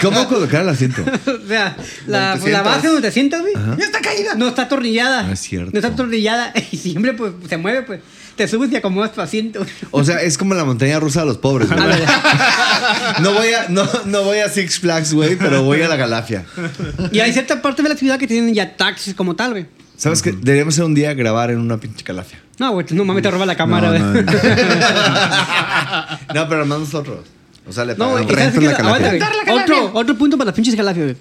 Speaker 12: ¿Cómo colocar el asiento?
Speaker 1: o sea, la, pues,
Speaker 2: Donde te
Speaker 1: la base
Speaker 2: sientas.
Speaker 1: donde te sientas, güey,
Speaker 13: Ya está caída.
Speaker 1: no está atornillada.
Speaker 12: Ah, es cierto.
Speaker 1: No está atornillada y siempre pues, se mueve, pues. Te subes y acomodas tu asiento. güey.
Speaker 12: O sea, es como la montaña rusa de los pobres,
Speaker 3: Ah,
Speaker 12: güey. No voy a, no, no voy a Six Flags, güey, pero voy a la Galafia.
Speaker 1: Y hay ciertas partes de la ciudad que tienen ya taxis como tal, güey.
Speaker 12: ¿Sabes qué? Deberíamos hacer un día grabar en una pinche Calafia.
Speaker 1: No, güey, no mames, te roba la cámara,
Speaker 3: No,
Speaker 1: güey.
Speaker 3: no, no.
Speaker 12: No, pero más nosotros. O sea, le
Speaker 1: No,
Speaker 12: pagamos.
Speaker 1: güey, y ¿sabes
Speaker 3: Rentan
Speaker 1: qué?
Speaker 3: la
Speaker 1: Aguanta,
Speaker 3: calafia.
Speaker 1: güey.
Speaker 13: Rentar la calafia.
Speaker 1: Otro, otro punto para las pinches calafias, güey.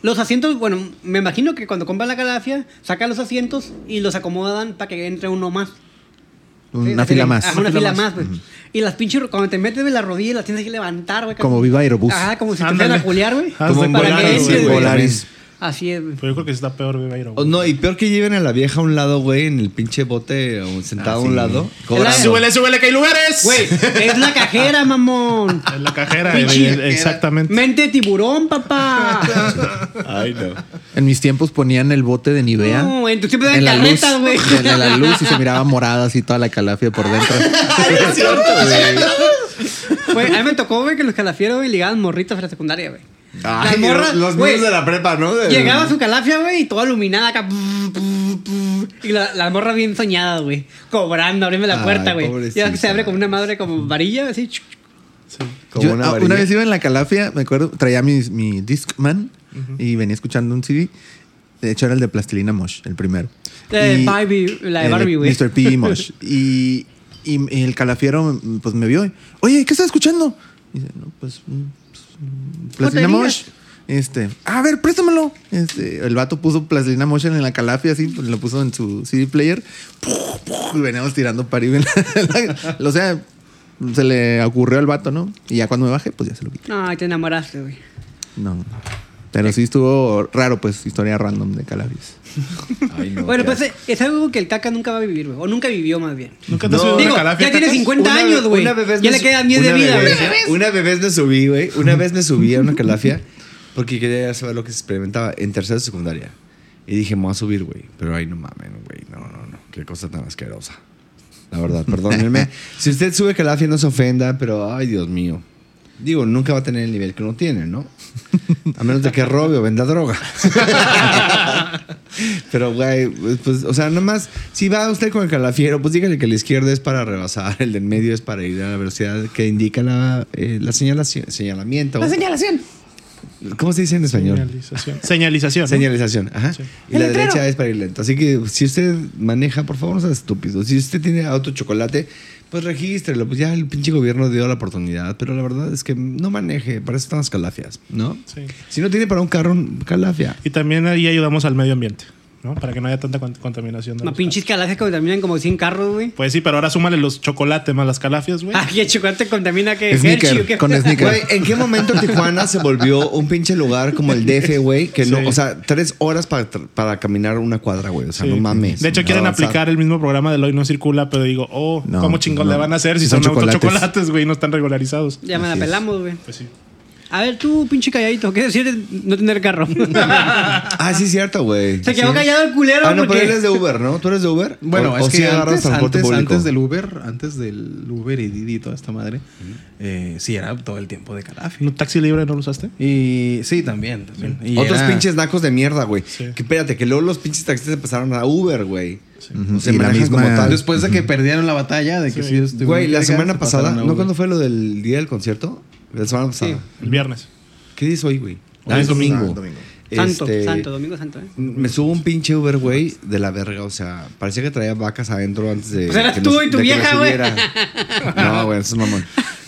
Speaker 1: Los asientos, bueno, me imagino que cuando compran la calafia, sacan los asientos y los acomodan para que entre uno más.
Speaker 3: Una
Speaker 1: Sí,
Speaker 3: fila
Speaker 1: sí,
Speaker 3: más.
Speaker 1: ajá, una fila más, güey. Y las pinches, cuando te metes de las rodillas, las tienes que levantar, güey.
Speaker 3: Como
Speaker 1: casi.
Speaker 3: viva Aerobús.
Speaker 1: Ajá, como si te
Speaker 4: Ándale.
Speaker 1: fueran a culiar, güey. Para
Speaker 4: Como en
Speaker 1: que
Speaker 4: Volaris,
Speaker 1: entres,
Speaker 4: sí,
Speaker 1: güey.
Speaker 3: Volaris.
Speaker 1: Así es, güey.
Speaker 4: Pero yo creo que está peor, Viva Aero.
Speaker 12: O Oh, No, y peor que lleven a la vieja a un lado, güey, en el pinche bote o sentado a un lado.
Speaker 1: Claro.
Speaker 12: Cobrando.
Speaker 4: Súbele, súbele, que hay lugares.
Speaker 1: Güey, es la cajera, mamón.
Speaker 4: En la cajera,
Speaker 1: Pinche
Speaker 4: eh, exactamente.
Speaker 1: Mente de tiburón, papá.
Speaker 12: Ay, no.
Speaker 3: En mis tiempos ponían el bote de Nivea.
Speaker 1: No, en tu tiempo
Speaker 3: en
Speaker 1: eran
Speaker 3: la luz,
Speaker 1: carretas, güey.
Speaker 3: en la- la luz y se miraba morada así toda la calafia por dentro.
Speaker 1: Güey, a mí me tocó, güey, que los calafieros, güey, ligaban morritas a la secundaria, güey.
Speaker 12: Ay,
Speaker 1: Las morras,
Speaker 12: los
Speaker 1: güey,
Speaker 12: niños de la prepa, ¿no? De-
Speaker 1: Llegaba su calafia, güey, y toda iluminada acá. puf, puf, puf, Y la, la morra bien soñada, güey. Cobrando, abrime la
Speaker 12: Ay,
Speaker 1: puerta, güey.
Speaker 12: pobrecita.
Speaker 1: Ya que se abre con una madre como varilla, así. chuc, chuc.
Speaker 12: Como
Speaker 3: Yo, ah,
Speaker 12: una,
Speaker 3: una,
Speaker 12: varilla.
Speaker 3: vez iba en la calafia, me acuerdo, traía mi, mi Discman y venía escuchando un CD. De hecho, era el de Plastilina Mosh, el primero.
Speaker 1: La de
Speaker 3: Y-
Speaker 1: Barbie- la de
Speaker 3: el
Speaker 1: Barbie, güey.
Speaker 3: Mr. P. Mosh. Y, y el calafiero, pues me vio. y, Oye, ¿qué estás escuchando? Y dice, no, pues. mm, pues, mm, Plastilina
Speaker 1: digas.
Speaker 3: Mosh. Este, a ver, préstamelo. Este, el vato puso Plastilina Mosh en la calafia, así, pues, lo puso en su CD player. Puf, puf, y veníamos tirando pari. o sea, se le ocurrió al vato, ¿no? Y ya cuando me bajé, pues ya se lo quité.
Speaker 1: Ay, te enamoraste, güey.
Speaker 3: No. Pero sí estuvo raro, pues, historia random de Calafias.
Speaker 12: Ay, no,
Speaker 1: Bueno,
Speaker 12: qué
Speaker 1: pues eh, es algo que el caca nunca va a vivir, güey. O nunca vivió, más bien.
Speaker 4: Nunca te has
Speaker 12: No.
Speaker 4: subido a
Speaker 1: Digo,
Speaker 4: una calafia.
Speaker 1: ya tiene
Speaker 4: Cacas?
Speaker 1: 50 años, güey.
Speaker 12: Una vez
Speaker 1: Ya
Speaker 12: me
Speaker 1: le
Speaker 12: su-
Speaker 1: quedan 10 de
Speaker 12: una
Speaker 1: vida,
Speaker 12: vez-
Speaker 1: güey.
Speaker 12: Una vez me subí, güey. Una vez me subí a una calafia porque quería saber lo que se experimentaba en tercera de secundaria. Y dije, me voy a subir, güey. Pero ay, no mamen, güey. No, no, no. Qué cosa tan asquerosa. La verdad, perdónenme. si usted sube calafia, no se ofenda, pero ay, Dios mío. Digo, nunca va a tener el nivel que uno tiene, ¿no? A menos de que robe o venda droga. Pero, güey, pues, pues, o sea, nomás, si va usted con el calafiero, pues dígale que el izquierdo es para rebasar, el del medio es para ir a la velocidad que indica la, eh, la señalaci- señalamiento.
Speaker 13: La señalación.
Speaker 12: ¿Cómo se dice en español?
Speaker 4: Señalización. Señalización. ¿no?
Speaker 12: Señalización, ajá.
Speaker 4: Sí.
Speaker 12: Y la
Speaker 13: El letrero.
Speaker 12: derecha es para ir lento. Así que si usted maneja, por favor, no sea estúpido. Si usted tiene auto chocolate, pues regístrelo. Pues ya el pinche gobierno dio la oportunidad. Pero la verdad es que no maneje. Para eso están las calafias, ¿no?
Speaker 4: Sí.
Speaker 12: Si no tiene para un carro, un calafia.
Speaker 4: Y también ahí ayudamos al medio ambiente, ¿no? Para que no haya tanta cont- contaminación. de
Speaker 1: No,
Speaker 4: los-
Speaker 1: pinches calafias que contaminan como 100 carros, güey.
Speaker 4: Pues sí, pero ahora súmale los chocolates más las calafias, güey.
Speaker 1: Ah, que el chocolate contamina
Speaker 4: Eh,
Speaker 1: que
Speaker 3: Snicker,
Speaker 1: Hershey, o que-
Speaker 3: con Snicker.
Speaker 12: Güey, ¿en qué momento Tijuana se volvió un pinche lugar como el DF, güey? Que no,
Speaker 4: Sí.
Speaker 12: o sea, tres horas para, tra- para caminar una cuadra, güey. O sea,
Speaker 4: Sí.
Speaker 12: Ah, no mames.
Speaker 4: De hecho,
Speaker 12: No
Speaker 4: quieren
Speaker 12: avanzar.
Speaker 4: aplicar el mismo programa del Hoy No Circula, pero digo, oh,
Speaker 3: No,
Speaker 12: pues
Speaker 4: ¿cómo chingón
Speaker 3: no.
Speaker 4: le van a hacer si
Speaker 3: Son
Speaker 4: son, autos
Speaker 3: chocolates.
Speaker 4: chocolates, güey, y no están regularizados?
Speaker 1: Ya me la
Speaker 3: Así es.
Speaker 1: pelamos, güey.
Speaker 4: Pues sí.
Speaker 1: A ver, tú, pinche calladito, ¿qué decir de no tener carro?
Speaker 12: Ah, sí, cierto, güey.
Speaker 1: Se quedó
Speaker 12: Sí.
Speaker 1: callado el culero
Speaker 12: Ah, no,
Speaker 1: porque-
Speaker 12: pero él es de Uber, ¿no? ¿Tú eres de Uber?
Speaker 2: Bueno,
Speaker 12: ¿O-
Speaker 2: es
Speaker 12: o
Speaker 2: que
Speaker 12: sí agarras
Speaker 2: antes,
Speaker 12: transporte
Speaker 2: antes,
Speaker 12: público?
Speaker 2: antes del Uber, antes del Uber y Didi y toda esta madre, eh, sí era todo el tiempo de
Speaker 12: Ah,
Speaker 2: calafia.
Speaker 4: ¿No taxi libre no lo usaste?
Speaker 2: Y sí, también. también. Y
Speaker 12: Otros
Speaker 2: era-
Speaker 12: pinches nacos de mierda, güey.
Speaker 4: Sí.
Speaker 12: Que espérate, que luego los pinches taxistas empezaron a Uber, güey.
Speaker 3: Ujú,
Speaker 12: Se
Speaker 3: y la
Speaker 12: manejan
Speaker 3: misma-
Speaker 12: como tal.
Speaker 2: Después de que perdieron la batalla, de que sí, estuvieron
Speaker 12: Güey, la
Speaker 2: cerca,
Speaker 12: semana
Speaker 2: se
Speaker 12: pasada,
Speaker 2: pasaron a
Speaker 12: ¿no?
Speaker 2: Uber.
Speaker 12: ¿Cuándo fue lo del día del concierto? La semana pasada.
Speaker 4: El viernes.
Speaker 12: ¿Qué día es hoy, güey?
Speaker 4: Hoy
Speaker 12: Ah,
Speaker 4: es domingo.
Speaker 3: domingo.
Speaker 1: Santo,
Speaker 12: este,
Speaker 1: santo, domingo santo, ¿eh?
Speaker 12: Me subo un pinche Uber, güey, de la verga. O sea, parecía que traía vacas adentro antes de.
Speaker 1: Pues eras
Speaker 12: que
Speaker 1: tú
Speaker 12: nos-
Speaker 1: y tu
Speaker 12: de que
Speaker 1: vieja,
Speaker 12: nos
Speaker 1: güey.
Speaker 12: subiera. No, güey, eso es mamón.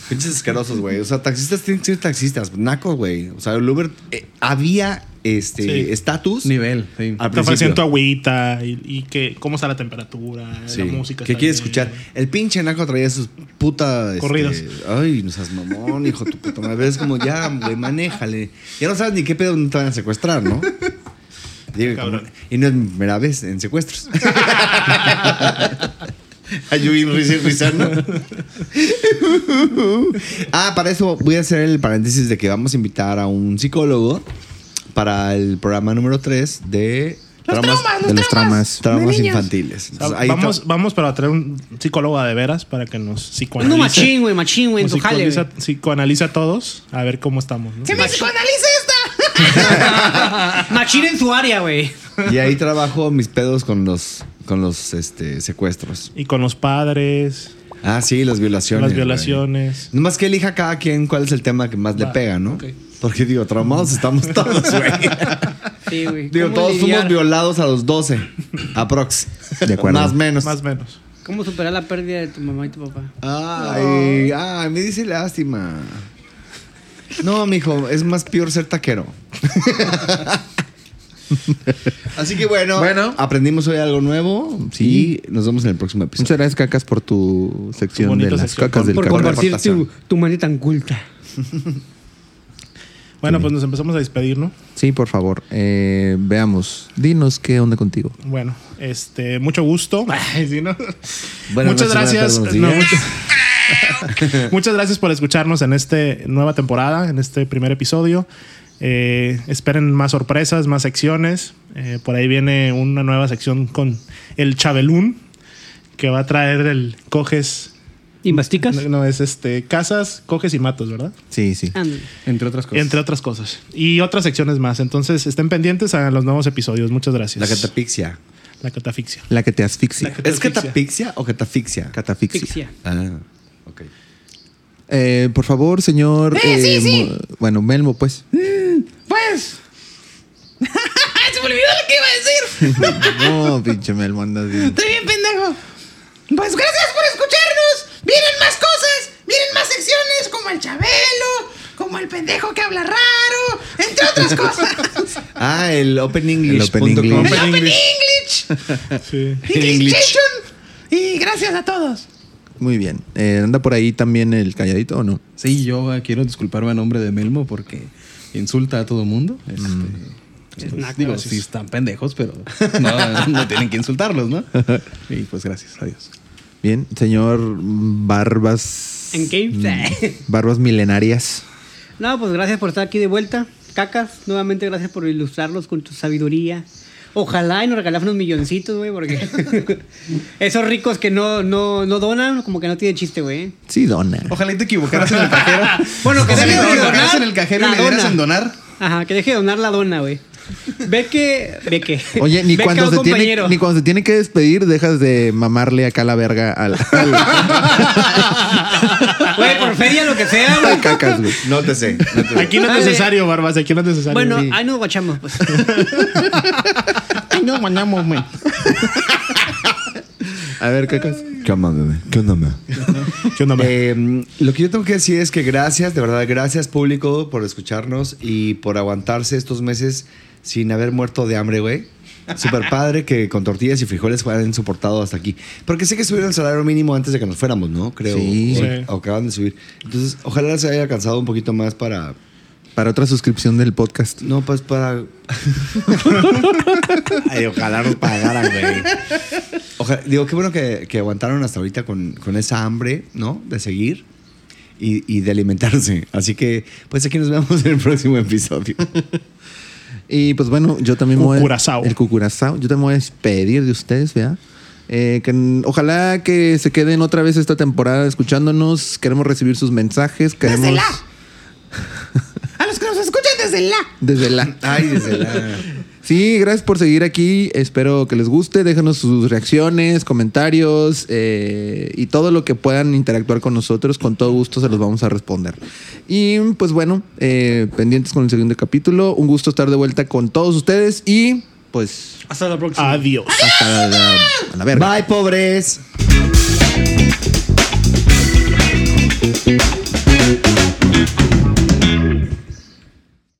Speaker 12: Pinches asquerosos, güey. O sea, taxistas tienen que ser taxistas. Nacos, güey. O sea, el Uber eh, había
Speaker 4: Sí.
Speaker 12: este estatus.
Speaker 2: Nivel, sí.
Speaker 12: Al
Speaker 4: Te ofrecen tu
Speaker 12: principio.
Speaker 4: agüita y, y que, cómo está la temperatura,
Speaker 12: Sí.
Speaker 4: la música.
Speaker 12: ¿Qué
Speaker 4: está
Speaker 12: quieres
Speaker 4: bien.
Speaker 12: escuchar? El pinche naco traía sus putas.
Speaker 4: Corridos.
Speaker 12: ay, no seas mamón, hijo de tu puta madre. Es como, ya, güey, manéjale. Ya no sabes ni qué pedo no te van a secuestrar, ¿no? Digo, como-
Speaker 4: Cabrón.
Speaker 12: y no es mi primera vez en secuestros. Ayuí risa y risa, ¿no? ah, para eso voy a hacer el paréntesis de que vamos a invitar a un psicólogo para el programa número 3 de
Speaker 13: Los traumas, los
Speaker 3: de los
Speaker 13: traumas.
Speaker 3: traumas.
Speaker 12: traumas
Speaker 13: niños.
Speaker 12: infantiles.
Speaker 4: O sea,
Speaker 12: Entonces, Pues ahí tra-
Speaker 4: vamos, vamos para traer un psicólogo de veras para que nos
Speaker 12: Pues
Speaker 1: Ando
Speaker 4: psicoanalice.
Speaker 1: machín, güey, machín, güey, en
Speaker 4: nos
Speaker 1: tu jale,
Speaker 4: psicoanaliza,
Speaker 1: güey.
Speaker 4: psicoanaliza a todos a ver cómo estamos. ¿no?
Speaker 13: ¡Que me psicoanalice esta!
Speaker 1: Machín en su área, güey.
Speaker 12: Y ahí trabajo mis pedos con los con los este secuestros.
Speaker 4: Y con los padres,
Speaker 12: Ah, sí, las violaciones.
Speaker 4: las
Speaker 12: güey.
Speaker 4: violaciones.
Speaker 12: Nomás que elija cada quien cuál es el tema que más le
Speaker 4: Va,
Speaker 12: pega, ¿no?
Speaker 4: ok.
Speaker 12: Porque digo, traumados estamos todos, güey.
Speaker 1: Sí, güey.
Speaker 12: digo,
Speaker 1: ¿Cómo
Speaker 12: todos
Speaker 1: lidiar?
Speaker 12: fuimos violados a los 12, aprox.
Speaker 3: De acuerdo.
Speaker 12: Más menos.
Speaker 4: Más o menos.
Speaker 1: ¿Cómo superar la pérdida de tu mamá y tu papá?
Speaker 12: Ay, ay, me dice lástima. No, mijo, es más peor ser taquero. Así que bueno,
Speaker 3: Bueno.
Speaker 12: aprendimos hoy algo nuevo
Speaker 3: Sí.
Speaker 12: y nos vemos en el próximo episodio.
Speaker 3: Muchas gracias, Cacas, por tu sección de
Speaker 4: bonita
Speaker 3: las
Speaker 4: sección.
Speaker 3: cacas del
Speaker 1: Por
Speaker 12: Cabrón.
Speaker 3: cacas.
Speaker 1: compartir tu,
Speaker 12: Aportación.
Speaker 1: tu manera tan culta.
Speaker 4: Bueno, pues nos empezamos a despedir, ¿no?
Speaker 3: Sí, por favor. Eh, veamos. Dinos qué onda contigo.
Speaker 4: Bueno, este, mucho gusto. Ay, sí, ¿no?
Speaker 12: Buenas
Speaker 4: muchas
Speaker 12: noches,
Speaker 4: gracias.
Speaker 12: buenas tardes,
Speaker 4: No,
Speaker 12: buenos días.
Speaker 4: muchas- muchas gracias por escucharnos en esta nueva temporada, en este primer episodio. Eh, esperen más sorpresas, más secciones. Eh, por ahí viene una nueva sección con el Chabelún, que va a traer el coges.
Speaker 1: ¿Y masticas?
Speaker 4: No, no, es este, casas, coges y matos, ¿verdad?
Speaker 3: Sí, sí.
Speaker 1: Ándale.
Speaker 2: Entre otras cosas.
Speaker 4: Entre otras cosas. Y otras secciones más. Entonces, estén pendientes a los nuevos episodios. Muchas
Speaker 12: La
Speaker 4: gracias.
Speaker 12: catapixia.
Speaker 4: La catafixia.
Speaker 3: La que te asfixia.
Speaker 4: La que-
Speaker 12: ¿Es
Speaker 4: Catafixia.
Speaker 12: catapixia o catafixia?
Speaker 3: Catafixia.
Speaker 1: Asfixia.
Speaker 12: Ah, ok.
Speaker 3: Eh, por favor, señor.
Speaker 13: Eh, sí, sí.
Speaker 3: mo- Bueno, Melmo, pues.
Speaker 13: Pues. Se me olvidó lo que iba a decir.
Speaker 3: No, pinche Melmo, andas bien.
Speaker 13: Estoy bien pendejo. Pues gracias por escucharnos. Vienen más cosas. Vienen más secciones como el Chabelo, como el pendejo que habla raro, entre otras cosas.
Speaker 12: Ah, el Open
Speaker 3: El
Speaker 12: English.
Speaker 3: Open
Speaker 12: punto com.
Speaker 3: English.
Speaker 13: El Open English.
Speaker 4: Sí.
Speaker 13: English,
Speaker 12: English.
Speaker 13: Station. Y gracias a todos.
Speaker 3: Muy bien. Eh, ¿Anda por ahí también el calladito o no?
Speaker 2: Sí, yo eh, quiero disculparme a nombre de Melmo porque insulta a todo mundo. Este,
Speaker 12: Mm.
Speaker 2: pues,
Speaker 1: naco,
Speaker 2: digo,
Speaker 1: gracias.
Speaker 2: sí están pendejos, pero no, no tienen que insultarlos, ¿no? Y pues gracias, adiós.
Speaker 3: Bien, señor Barbas.
Speaker 1: ¿En qué?
Speaker 3: Mm, Barbas milenarias.
Speaker 1: No, pues gracias por estar aquí de vuelta. Cacas, nuevamente gracias por ilustrarnos con tu sabiduría. Ojalá y nos regalas unos milloncitos, güey, porque esos ricos que no, no, no donan, como que no tiene chiste, güey.
Speaker 3: Sí, dona.
Speaker 2: Ojalá y te equivocaras en el cajero.
Speaker 1: Bueno, que
Speaker 2: Ojalá
Speaker 1: deje
Speaker 2: y te
Speaker 1: de
Speaker 2: equivocaras
Speaker 1: donar.
Speaker 2: en el cajero y
Speaker 1: la
Speaker 2: le dieras
Speaker 1: dona.
Speaker 2: en donar.
Speaker 1: Ajá, que deje de donar la dona, güey. Ve que. Ve que.
Speaker 3: Oye, ni
Speaker 1: ve que
Speaker 3: cuando,
Speaker 1: un
Speaker 3: se tiene,
Speaker 1: compañero.
Speaker 3: ni cuando se tiene que despedir, dejas de mamarle acá la verga al,
Speaker 1: Güey, por feria, lo que sea, güey.
Speaker 3: al cacas, güey.
Speaker 12: Nótese. nótese.
Speaker 4: Aquí no es
Speaker 1: Dale.
Speaker 4: necesario, Barbas. Aquí no es necesario.
Speaker 1: Bueno,
Speaker 4: Sí.
Speaker 1: ahí nos guachamos, pues.
Speaker 2: Ay, no, manamos, güey.
Speaker 3: A ver, cacas.
Speaker 12: ¿Qué onda, bebé? ¿Qué onda, bebé?
Speaker 4: ¿Qué onda, man?
Speaker 12: Eh, lo que yo tengo que decir es que gracias, de verdad, gracias público por escucharnos y por aguantarse estos meses sin haber muerto de hambre, güey. Super padre que con tortillas y frijoles hayan soportado hasta aquí. Porque sé que subieron el salario mínimo antes de que nos fuéramos, ¿no? Creo.
Speaker 3: Sí.
Speaker 12: O-
Speaker 4: Sí.
Speaker 12: o acaban de subir. Entonces, ojalá se haya alcanzado un poquito más para
Speaker 3: Para otra suscripción del podcast.
Speaker 12: No, pues para. Ay, ojalá nos pagaran, güey. Ojalá- Digo, qué bueno que, que aguantaron hasta ahorita con, con esa hambre, ¿no? De seguir y, y de alimentarse. Así que, pues aquí nos vemos en el próximo episodio.
Speaker 3: Y pues bueno, yo también me voy a-
Speaker 4: Cucurazao.
Speaker 3: El cucurazao. Yo también me voy a despedir de ustedes, ¿verdad? Eh, que, n- ojalá que se queden otra vez esta temporada escuchándonos. Queremos recibir sus mensajes. Queremos.
Speaker 13: Desde la. A los que nos escuchan desde la.
Speaker 3: Desde la.
Speaker 12: Ay, desde la.
Speaker 3: Si Sí, gracias por seguir aquí. Espero que les guste. Déjanos sus reacciones, comentarios eh, y todo lo que puedan interactuar con nosotros. Con todo gusto se los vamos a responder. Y pues bueno, eh, pendientes con el segundo capítulo. Un gusto estar de vuelta con todos ustedes y pues
Speaker 1: Hasta la próxima.
Speaker 4: Adiós.
Speaker 3: hasta la, a la verga.
Speaker 12: Bye, pobres.